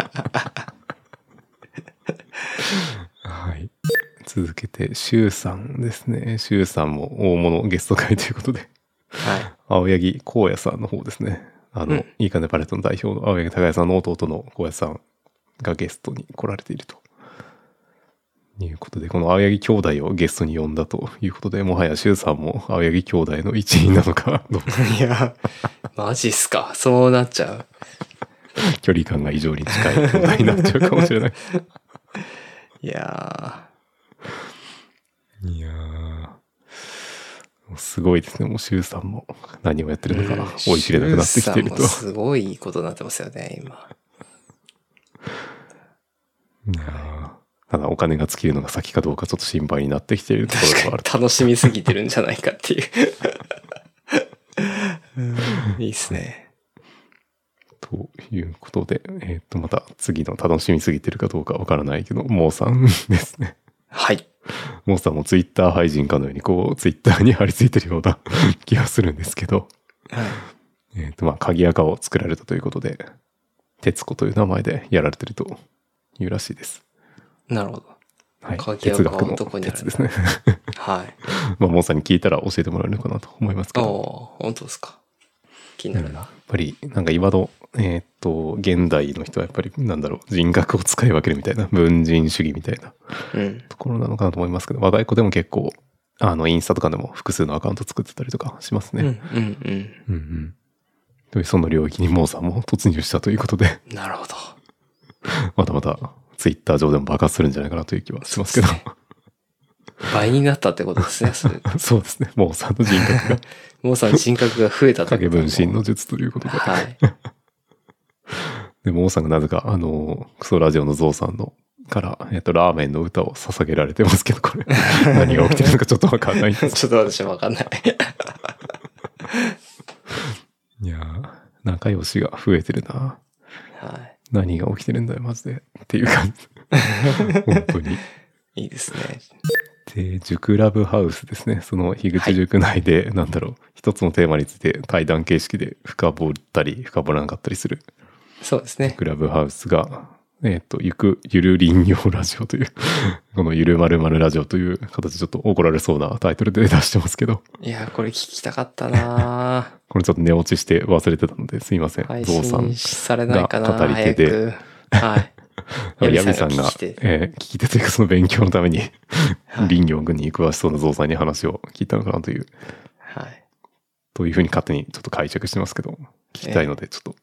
A: はい。続けて、シュウさんですね。シュウさんも大物ゲスト会ということで。
B: はい。
A: 青柳光也さんの方ですね。あの、
B: うん
A: いいかねパレットの代表の青柳高也さんの弟の光也さんがゲストに来られていると。いうことで、この青柳兄弟をゲストに呼んだということで、もはや周さんも青柳兄弟の一員なのか、 [laughs] どうか
B: いや、マジっすか。そうなっちゃう。
A: 距離感が異常に近い兄弟になっちゃうかもしれない。
B: いや
A: いやー。すごいですね。もう周さんも何をやってるの
B: ー。
A: か、追い切れなくなってきている
B: シ
A: と
B: ュウさんも。すごいいいことになってますよね、今。
A: [laughs] いやーただお金が尽きるのが先かどうかちょっと心配になってきているところ
B: 確
A: があ
B: か
A: る
B: に楽しみすぎてるんじゃないかっていう。うんいいっすね。
A: ということで、えっと、また次の楽しみすぎてるかどうかわからないけど、モーさんですね。 [laughs]
B: はい。
A: モーさんもツイッター廃人かのように、こう、ツイッターに張り付いてるような [laughs] 気がするんですけど、
B: はい。
A: えっと、まあ、鍵垢を作られたということで、徹子という名前でやられてるというらしいです。
B: なるほど。
A: はい。
B: 鍵垢
A: 哲
B: は
A: 学の
B: どこにある
A: 哲ですね。 [laughs]
B: はい。
A: まあ、モーさんに聞いたら教えてもらえるのかなと思いますけ
B: お
A: ど。
B: おー本当ですか。気になる
A: やっ
B: な。
A: ぱりなんか今のえーっと現代の人はやっぱりなんだろう人格を使い分けるみたいな文人主義みたいな
B: うん。
A: ところなのかなと思いますけど若い子でも結構あのインスタとかでも複数のアカウント作ってたりとかします
B: うん、
A: ね。
B: うん、
A: うんうんというその領域にモーさんも突入したということで [laughs]
B: うん。なるほど。
A: またまたツイッター上でも爆発するんじゃないかなという気はしますけど
B: そうで倍になったってことですね。それ
A: [laughs] そうですねモーさんの人格 [laughs] が
B: モーさん人格が増えたってこと
A: 影分身の術ということで
B: はい。
A: で、も王さんがなぜか、あの、クソラジオのゾウさんの、から、えっと、ラーメンの歌を捧げられてますけど、 [laughs] これ、何が起きてるのかちょっとわかんないんです。
B: ちょっと私わかんない。
A: いやー、仲良しが増えてるな。
B: は
A: 何が起きてるんだよ、マジで。っていう感
B: [laughs]
A: じ。本当に。
B: い。いいですね。
A: で、塾ラブハウスですね。その、樋口塾内で、なんだろう、一つのテーマについて対談形式で深掘ったり、深掘らなかったりする
B: そうですね。
A: クラブハウスが、えっ、と、ゆく、ゆるりんようラジオという、 [laughs] このゆるまるまるラジオという形でちょっと怒られそうなタイトルで出してますけど、
B: いや、これ聞きたかったな
A: これちょっと寝落ちして忘れてたのですいません。
B: 配
A: ゾウさん
B: 信。されないかな
A: が語り手
B: 早
A: で
B: く。
A: [laughs]
B: はい。
A: ヤミさん
B: ヤミ
A: が
B: 聞きて、
A: えー聞き手というかその勉強のために、
B: はい
A: 林業軍に詳しそうなゾウさんに話を聞いたのかなという、
B: はい。
A: というふうに勝手にちょっと解釈してますけど、聞きたいのでちょっと、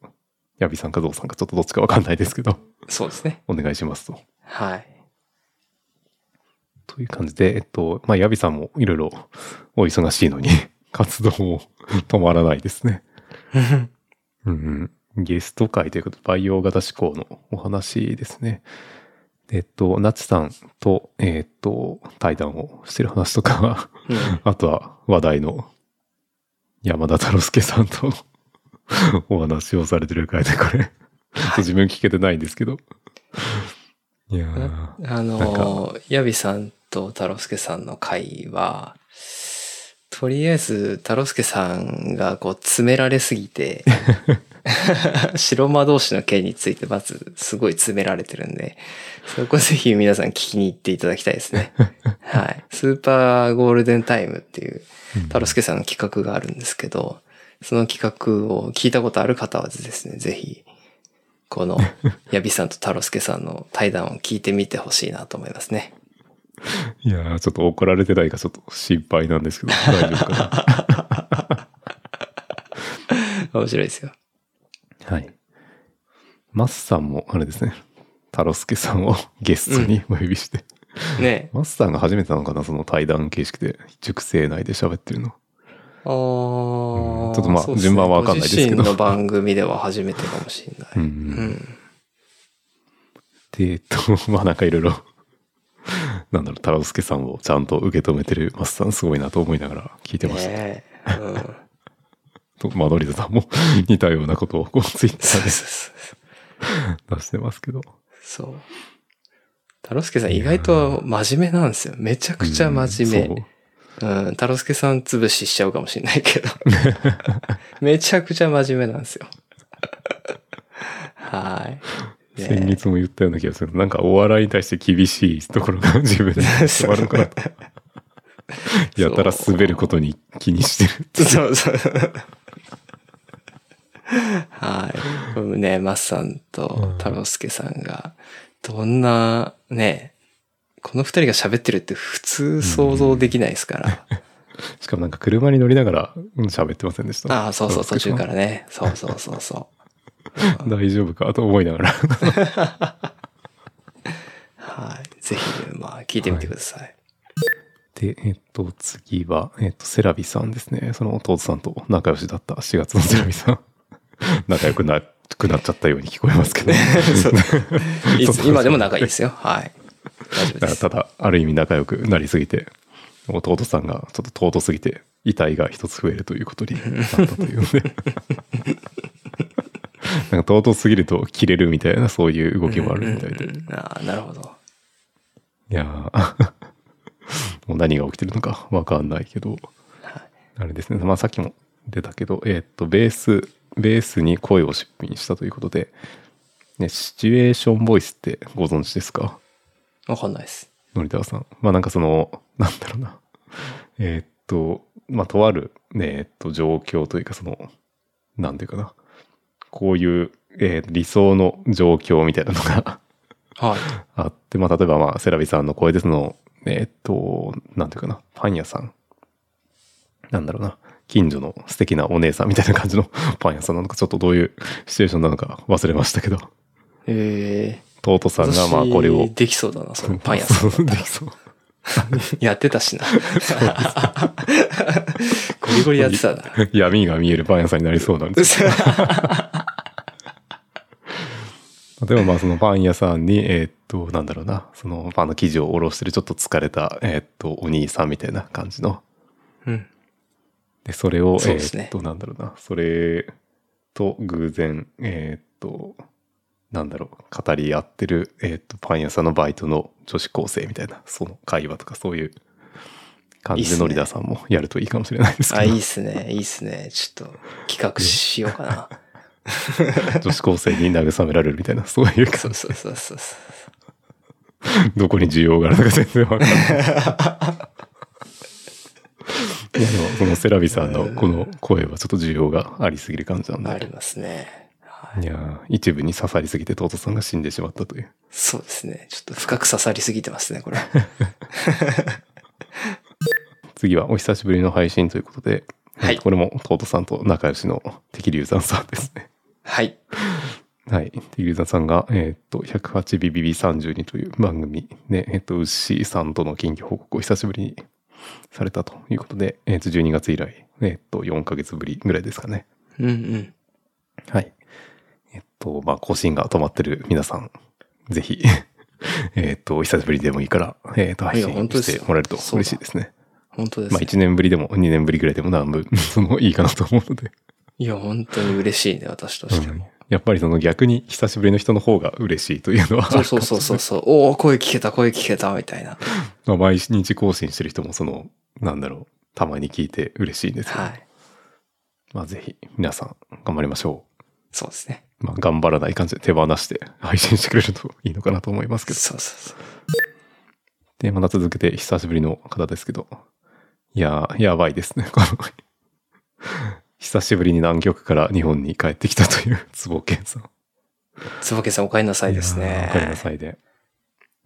A: ヤビさんかゾウさんかちょっとどっちかわかんないですけど、 [laughs]
B: そうですね。
A: お願いしますと。 [laughs]
B: はい。
A: という感じで、えっと、まあ、ヤビさんもいろいろお忙しいのに、 [laughs] 活動も止まらないですね。うんうん、ゲスト会ということで、培養型思考のお話ですね。えっと、ナチさんと、えっと、対談をしてる話とか、
B: うん
A: あとは話題の山田太郎介さんと [laughs] お話をされてる回で、これ。自分聞けてないんですけど。いやー
B: あのー、ヤビさんと太郎介さんの会は、とりあえず太郎介さんがこう詰められす
A: [laughs]
B: ぎて、白魔同士の件についてまずすごい詰められてるんで、そこぜひ皆さん聞きに行っていただきたいですね。はい。スーパーゴールデンタイムっていう太郎介さんの企画があるんですけど、その企画を聞いたことある方はですね、ぜひ
A: [laughs]
B: この、ヤビさんと太郎介さんの対談を聞いてみてほしいなと思いますね。
A: いやーちょっと怒られてないかちょっと心配なんですけど、大丈夫かな。
B: 面白いですよ。
A: [laughs] はい。マスさんも、あれですね。タロスケさんを [laughs] ゲストにお呼びして。 [laughs]
B: ね
A: マスさんが初めてなのかな、その対談形式で、塾生内で喋ってるの。
B: あー
A: うんちょっとまあ
B: そうすね
A: 順番はわかんないですけど
B: ご自身の番組では初めてかもしれない。
A: うん
B: うん。
A: で、えっと、 [laughs] まあなんかいろいろ、なんだろう、タロスケさんをちゃんと受け止めてるマスさんすごいなと思いながら聞いてました。
B: ねえ
A: [laughs]
B: うん。
A: とまあ、ノリザさんも [laughs] 似たようなことをこうツイッ
B: そ
A: タ
B: う
A: ー
B: そう
A: で
B: そう。
A: 出してますけど。
B: そう。太郎介さん意外と真面目なんですよ。めちゃくちゃ真面
A: うんそ
B: 目。
A: う
B: うん、太郎介さん潰ししちゃうかもしれな
A: [laughs]
B: いけど。めちゃくちゃ真面目なんですよ。
A: [laughs]
B: はい。ね
A: 先月も言ったような気がする。なんかお笑いに対して厳しいところが [laughs] 自分で伝わるの
B: [laughs]
A: かなと。やたら滑ることに気にしてる。
B: そうそう。はい。これもね、マスさんと太郎介さんが、どんな、ね、この二人が喋ってるって普通想像できないですから。
A: しかもなんか車に乗りながらうん喋ってませんでした。。
B: ああ、そうそう、途中かららね。そうそうそうそ
A: [laughs]
B: う。
A: 大丈夫かと思いながら。
B: はい。ぜひ、まあ、聞いてみてください。
A: で、えっと、次は、えっと、セラビさんですね。その弟さんと仲良しだった4月のセラビさん。 [laughs] 仲良くな、くなっちゃったように聞こえますけど。
B: [laughs] そう
A: [laughs]
B: いつ
A: そう
B: 今でも仲いいですよ。はい。大丈
A: だ
B: 夫で
A: から
B: す。
A: ただ、ある意味仲良くなりすぎて、弟さんがちょっと尊すぎて、遺体が一つ増えるということになったというので。
B: [laughs]
A: なんか尊すぎると切れるみたいな、そういう動きもあるみたいで。い
B: うんああ、なるほど。
A: やー [laughs] もう何が起きてるのかわかんないけど、あれですね、まあさっきも出たけど、えーっと、ベース、ベースに声を出品したということで、ね、シチュエーションボイスってご存知ですか
B: わかんないです。
A: ノリタワさん。まあなんかその、なんだろうな。えーっと、まあとある、ね、えーっと、状況というかその、なんていうかな。こういう、えー理想の状況みたいなのが
B: はい。
A: あって、まあ例えばまあセラビさんの声でその、えーっと、なんていうかな。パン屋さん。なんだろうな。近所の素敵なお姉さんみたいな感じの [laughs] パン屋さんなのか、ちょっとどういうシチュエーションなのか忘れましたけど、
B: ええ
A: トートさんがまあこれを
B: 私。できそうだな、そのパン屋さんだったら
A: でき [laughs] そう。
B: やってたしな。ゴリゴリやってたな。
A: 闇が見えるパン屋さんになりそうなん
B: [laughs]
A: です例えばまあそのパン屋さんに、えーっと、なんだろうな、そのパンの生地をおろしてるちょっと疲れた、えーっと、お兄さんみたいな感じの。
B: うん。
A: で、それを、
B: そうですね
A: えーっと、なんだろうな、それと偶然、えーっと、なんだろう、語り合ってる、えーっと、パン屋さんのバイトの女子高生みたいな、その会話とかそういう感じ
B: いいっす
A: で、
B: ね
A: ノリダさんもやるといいかもしれないですけ
B: あ、
A: ど、
B: いいっすね。いいっすね。ちょっと企画しようかな。
A: [laughs] 女子高生に慰められるみたいな、 [laughs] そういう感じ
B: そうそうそうそう。
A: どこに需要があるのか全然
B: [laughs]
A: わかんない。いやでも、このセラビさんのこの声はちょっと需要がありすぎる感じなん
B: あ
A: で。
B: りますね。はい
A: いやー一部に刺さりすぎて、トートさんが死んでしまったという。
B: そうですね。ちょっと深く刺さりすぎてますね、これ。
A: 次はお久しぶりの配信ということで、
B: はい
A: これもトートさんと仲良しの敵流山さんですね。 [laughs]
B: はい。
A: はい。敵流山さんが、えーっと、108BBB32 という番組で、えーっと、ウッシーさんとの近況報告を久しぶりにされたということで、えーっと、12月以来、えーっと、4ヶ月ぶりぐらいですかね。
B: うんうん。
A: はい。えっと、まあ、更新が止まってる皆さん、ぜひ、 [laughs] えっと、お久しぶりでもいいから、えっと、配信
B: いや本当です
A: し
B: よ
A: てもらえると
B: そうだ
A: 嬉しいですね。
B: 本当です
A: まあ、
B: ね。
A: [laughs] 1年ぶりでも2年ぶりぐらいでも何分、その、いいかなと思うので、
B: いや、本当に嬉しいね、私として
A: うん
B: も。
A: やっぱりその逆に久しぶりの人の方が嬉しいというのはあるか
B: そう
A: も
B: そうそうそうそう。おお、声聞けた、声聞けた、みたいな。
A: [laughs] まあ、毎日更新してる人もその、なんだろう、たまに聞いて嬉しいんですけど、
B: はい。
A: まあぜひ皆さん頑張りましょ
B: そうですね。
A: う。まあ頑張らない感じで手放して配信してくれるといいのかなと思いますけど。
B: そうそうそう。
A: で、また続けて久しぶりの方ですけど、いやー、やばいですね、この久しぶりに南極から日本に帰ってきたという [laughs] 坪健さん。
B: 椿さん、お帰りなさいです
A: いやー
B: ね
A: お。かりなさいで。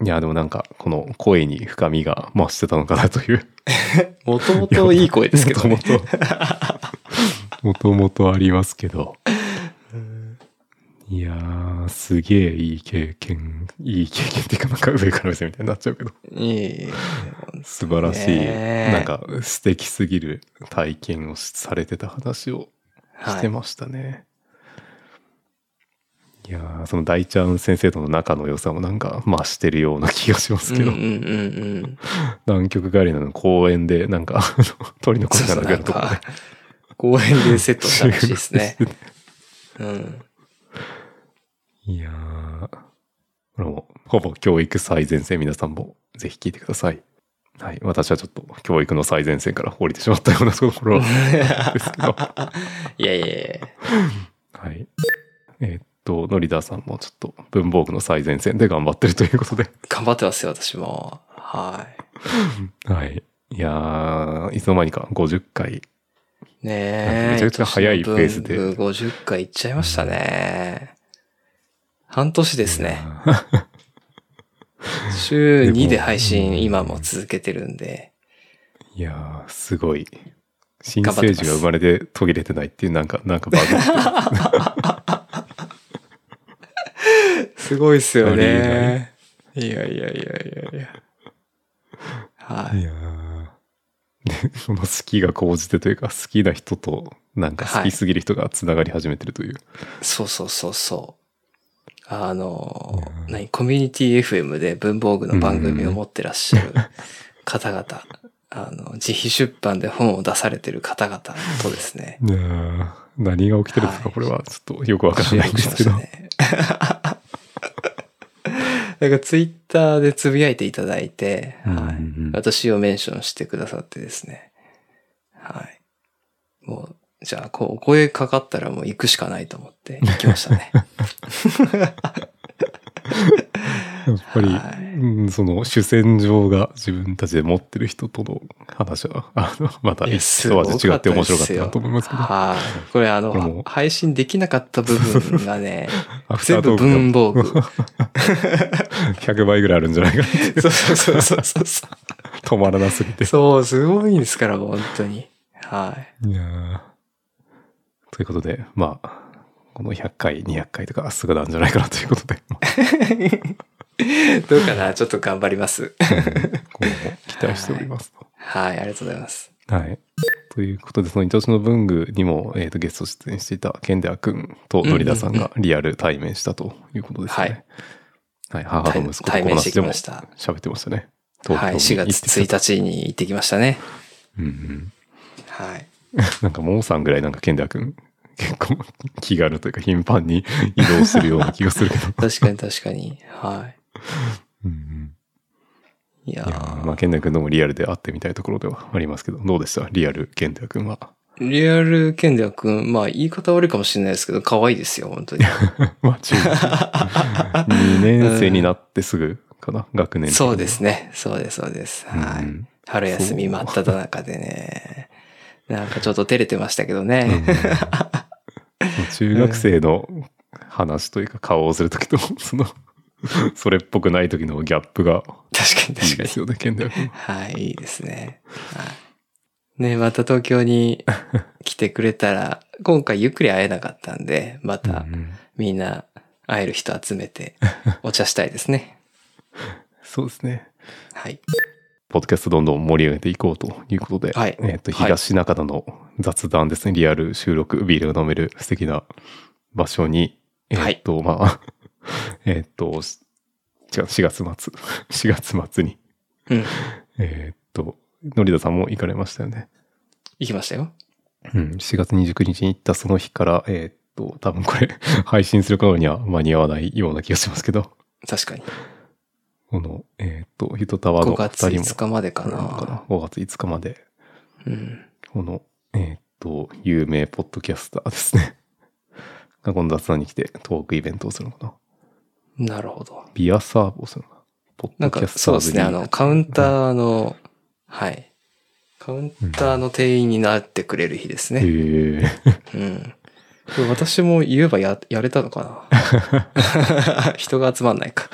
A: いやー、でもなんか、この声に深みが増してたのかなという。
B: もともといい声ですけどね。
A: もともと、もともとありますけど。いやー、すげえいい経験、いい経験っていうか、なんか上から目線みたいになっちゃうけど、
B: いいいい。
A: 素晴らしい、
B: ねえ
A: なんか素敵すぎる体験をされてた話をし
B: は
A: て
B: い。
A: ましたね。い、やー、その大ちゃん先生との仲の良さもなんか増してるような気がします
B: うん
A: け
B: うん
A: ど、
B: うんうん。
A: 南極帰りなのに公園でなんか、 [laughs] あの鳥の声
B: そう
A: が
B: そう、
A: なく
B: な
A: なんるとかね
B: か、公園でセットしたらしいですね。うん。
A: [laughs] いやー、これもほぼ教育最前線皆さんもぜひ聞いてください。はい、私はちょっと教育の最前線から降りてしまったようなとこ
B: [laughs]
A: ろなんですけど。
B: いやいやいや。
A: はい。えーっと、ノリダーさんもちょっと文房具の最前線で頑張ってるということで。
B: 頑張ってますよ、私も。は
A: はい。いやー、いつの間にか50回。
B: い。ねえ。
A: めちゃくちゃ早いペースで
B: 私の文具50回いっちゃいましたね。半年ですね。週
A: でも
B: 2で配信今も続けてるんで。
A: いやー、 [laughs] すごい。新生児が生まれて途切れてないっていう、なんか、なんかバグってる。
B: すごいっす
A: よね。
B: いやいやいやいやいや。 [laughs] はいい。
A: やーでその好きが高じてというか、好きな人と、なんか好きすぎる人がつながり始めてるという。
B: そうそうそうそう。あの
A: う、ん
B: 何、コミュニティ FM で文房具の番組を持ってらっしゃる方々、あの、自費出版で本を出されてる方々とですね、
A: いやー何が起きてるんですか、
B: はい
A: これは。ちょっとよくわから
B: 収
A: ないん
B: 録
A: で
B: します
A: け
B: した
A: ど。
B: ね。 [laughs] なんかツイッターでつぶやいていただいて、
A: うん
B: はい
A: うんうん
B: 私をメンションしてくださってですね。はい。もう、じゃあ、こう、お声かかったらもう行くしかないと思って行きました
A: [laughs]
B: ね。
A: やっぱり、
B: はい
A: うんその主戦場が自分たちで持ってる人との話は、あの、また
B: いや
A: 一味違って面白かったなと思いますけど、
B: はい。これあ
A: これも
B: の、配信できなかった部分が
A: [laughs]
B: ね、
A: アフター
B: 全
A: ト
B: 部
A: ーク
B: 文
A: [laughs]
B: 房具。
A: が100倍ぐらいあるんじゃないかなって
B: そうそうそうそうそうそ
A: 止まらなすぎ
B: う。
A: て。
B: そう、すごいんですから、もう本当に。はい。
A: いやーということで、まあ、この100回、200回とか、すぐなんじゃないかなということ
B: [laughs]
A: で、まあ
B: どうかなちょっと頑張ります。
A: 今後も期待しておりますと。
B: はい、ありがとうございます。
A: はい。ということで、その、いとしの文具にも、えっ、と、ゲスト出演していた、ケンデア君とノリダさんがリアル対面したということですね。はい。母と息子と
B: 対
A: この
B: 面
A: 話で
B: してき
A: も
B: ました。
A: 喋ってましたね。
B: はい、4
A: に行って
B: 月
A: きたと。
B: 1日に行ってきましたね。
A: うんうん。
B: はい。
A: なんか、モーさんぐらい、なんか、ケンデア君、結構気軽というか、頻繁に [laughs] 移動するような気がする
B: [laughs]
A: けど。
B: 確かに確かに。は
A: うん
B: い。いや
A: うん。いやーまあ、
B: ー
A: ケンデア君のもリアルで会ってみたいところではありますけど、どうでしたリアル、ケンデア君は。
B: [laughs] リアルケンデア君、まあ言い方悪いかもしれないですけど、可愛いですよ、本当に。
A: まあ、中学2年生になってすぐかな、学年的に
B: そうですね。そうです、そうです。はい。
A: うん
B: 春休み真っ只中でね。なんかちょっと照れてましたけどね。
A: 中学生の話というか顔をするとき [laughs] と、その、それっぽくない時のギャップが
B: 確かに
A: いい
B: 確か
A: で
B: に。
A: すよね、健太君。
B: はい、いいですね。はい。ね、また東京に来てくれたら、今回ゆっくり会えなかったんで、また
A: うん
B: みんな会える人集
A: [laughs]
B: めてお茶したいですね。
A: そうですね。
B: はい。
A: ポッドキャストどんどん盛り上げていこうということで、
B: はい
A: えっ、と、
B: はい
A: 東中田の雑談ですね、リアル収録、ビールが飲める素敵な場所に、えっ、と、まあ、 [laughs] えっ、と、し違う、4月末、4月末に、
B: うん。
A: えっ、と、のりださんも行かれましたよね。
B: 行きましたよ。
A: うん、4月29日に行ったその日から、えーっと、多分これ、 [laughs] 配信する頃には間に合わないような気がしますけど、
B: 確かに。
A: この、えーっと、ヒットタワー
B: 5
A: の
B: 月
A: 2
B: 5
A: 人
B: 日までか
A: も、か
B: な。
A: な5月5日まで、
B: うん。
A: この、えーっと、有名ポッドキャスターですね。 [laughs] が今度雑談に来てトークイベントをするのかな。
B: なるほど。
A: ビアサーブをするのかな。ポッ
B: な
A: ド
B: ん
A: キャ
B: か、
A: スタ
B: そう
A: ー
B: で
A: ズ
B: す
A: に
B: ね。あの、カウンターの、はい。カウンターの店員になってくれる日ですね。
A: へー [laughs]
B: うん。これ私も言えばや、やれたのか
A: [laughs]
B: な人が集まんないか。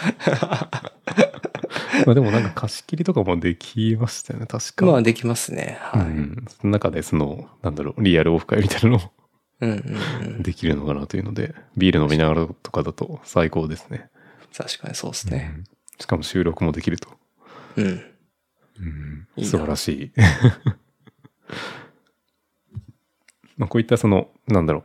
A: まあでもなんか貸し切りとかもできましたよね、確か。
B: まあ、できますね。はい。
A: う
B: うん
A: ん、その中でその、なんだろう、リアルオフ会みたいなのを [laughs]
B: うんうん。
A: できるのかなというので、ビール飲みながらとかだと最高ですね。
B: 確かにそうですね。
A: うんしかも収録もできると。
B: うん。
A: うん
B: いいな
A: 素晴らしい。 [laughs] まあこういったその、なんだろ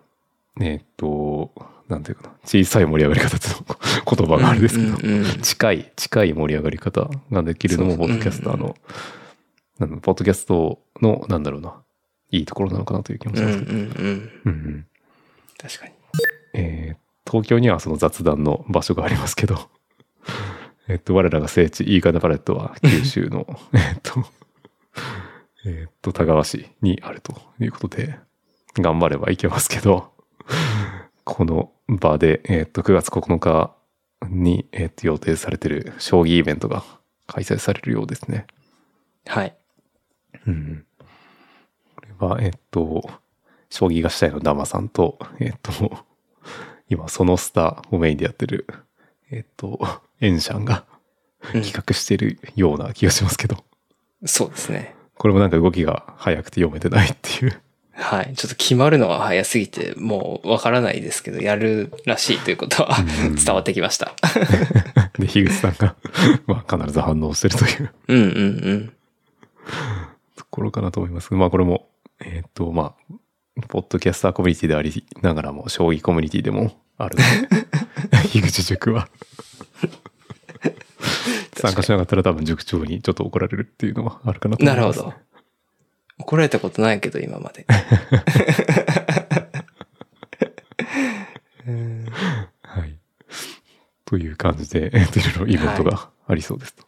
A: う、えーっと、なんていうかな、小さい盛り上がり方との [laughs] 言葉があれですけど、
B: うんうんうん
A: 近い、近い盛り上がり方ができるのも、
B: そ
A: ポ
B: う
A: ッドキャスターの、なんだろうポッドキャストの、なんだろうな、いいところなのかなという気も
B: う
A: し
B: んう
A: ま
B: ん
A: すけど。
B: うん。
A: うんうん
B: 確かに。
A: えー東京にはその雑談の場所がありますけど、 [laughs] えっと、我らが聖地、イーカナパレットは九州の、 [laughs] えっと、えっと、田川市にあるということで、頑張ればいけますけど、この場で、えっと、9月9日に、えっと、予定されてる将棋イベントが開催されるようですね。
B: [laughs] はい。
A: うん。これは、えっと、将棋がしたいのダマさんと、えっと、 [laughs] 今、そのスターをメインでやってる、えっと、エンシャンが
B: うん
A: 企画してるような気がしますけど、
B: そうですね。
A: これもなんか動きが早くて読めてないっていう。
B: はい。ちょっと決まるのは早すぎて、もうわからないですけど、やるらしいということは
A: うん
B: [laughs] 伝わってきました。
A: で、樋口さんが、まあ、必ず反応してるという
B: うんうんうん。
A: ところかなと思います。まあ、これも、えっと、まあ、ポッドキャスターコミュニティでありながらも、将棋コミュニティでもあ
B: [laughs]
A: るので、樋口塾は。参加しなかったら多分塾長にちょっと怒られるっていうのはあるかなと思
B: ないるほ
A: ます、
B: ど。怒られたことないけど、今まで。うん
A: はい。という感じで、えっと、いろいろイベントがありそうですと。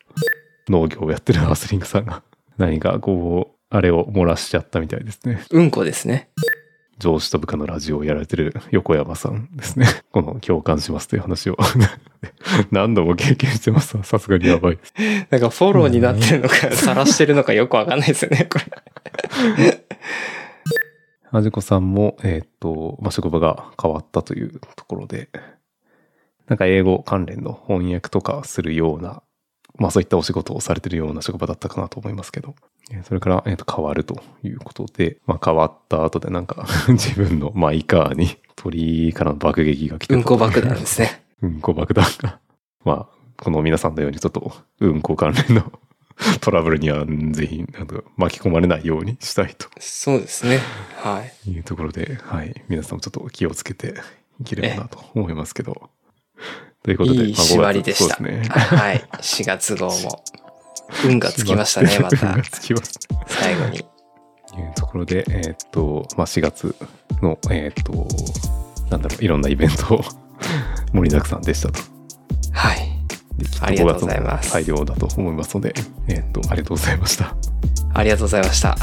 A: 農業をやってるアースリングさんが、何かこう、あれを漏らしちゃったみたいですね。
B: うんこですね。
A: 上司と部下のラジオをやられてる横山さんですね。 [laughs] この共感しますという話を [laughs] 何度も経験してます。さすがにやばい。
B: [laughs] なんかフォローになってるのか、晒してるのかよくわかんないですよね、これ。
A: あじこさんも、えーっと、まあ、職場が変わったというところで、なんか英語関連の翻訳とかするような、まあそういったお仕事をされてるような職場だったかなと思いますけど、えーそれから、えーっと、変わるということで、まあ変わった後でなんか [laughs] 自分のマイカーに鳥からの爆撃が来て
B: う
A: た
B: ん
A: とい
B: こ爆弾ですね。
A: うんこ爆弾が。 [laughs] まあ、この皆さんのようにちょっと、うんこ関連の [laughs] トラブルにはぜひ、なんか巻き込まれないようにしたいと
B: [laughs] そうですね。はい。
A: いうところで、はい。皆さんもちょっと気をつけていければなと思いますけど。ということで、
B: いい縛りでした。
A: まあ5月そうですね。
B: はい。4月号も。運がつきまし
A: [laughs]
B: たね、 [laughs] ま
A: 運
B: た
A: が。つきました。
B: 最後
A: と
B: に。
A: いうところで、えーっと、まあ、4月の、えーっと、なんだろう、いろんなイベントを [laughs] 盛りだくさんでしたと。
B: はい。
A: できっ
B: ありがとうございます
A: 5月も大量だと思いますので、えーっと、ありがとうございました。
B: ありがとうございました。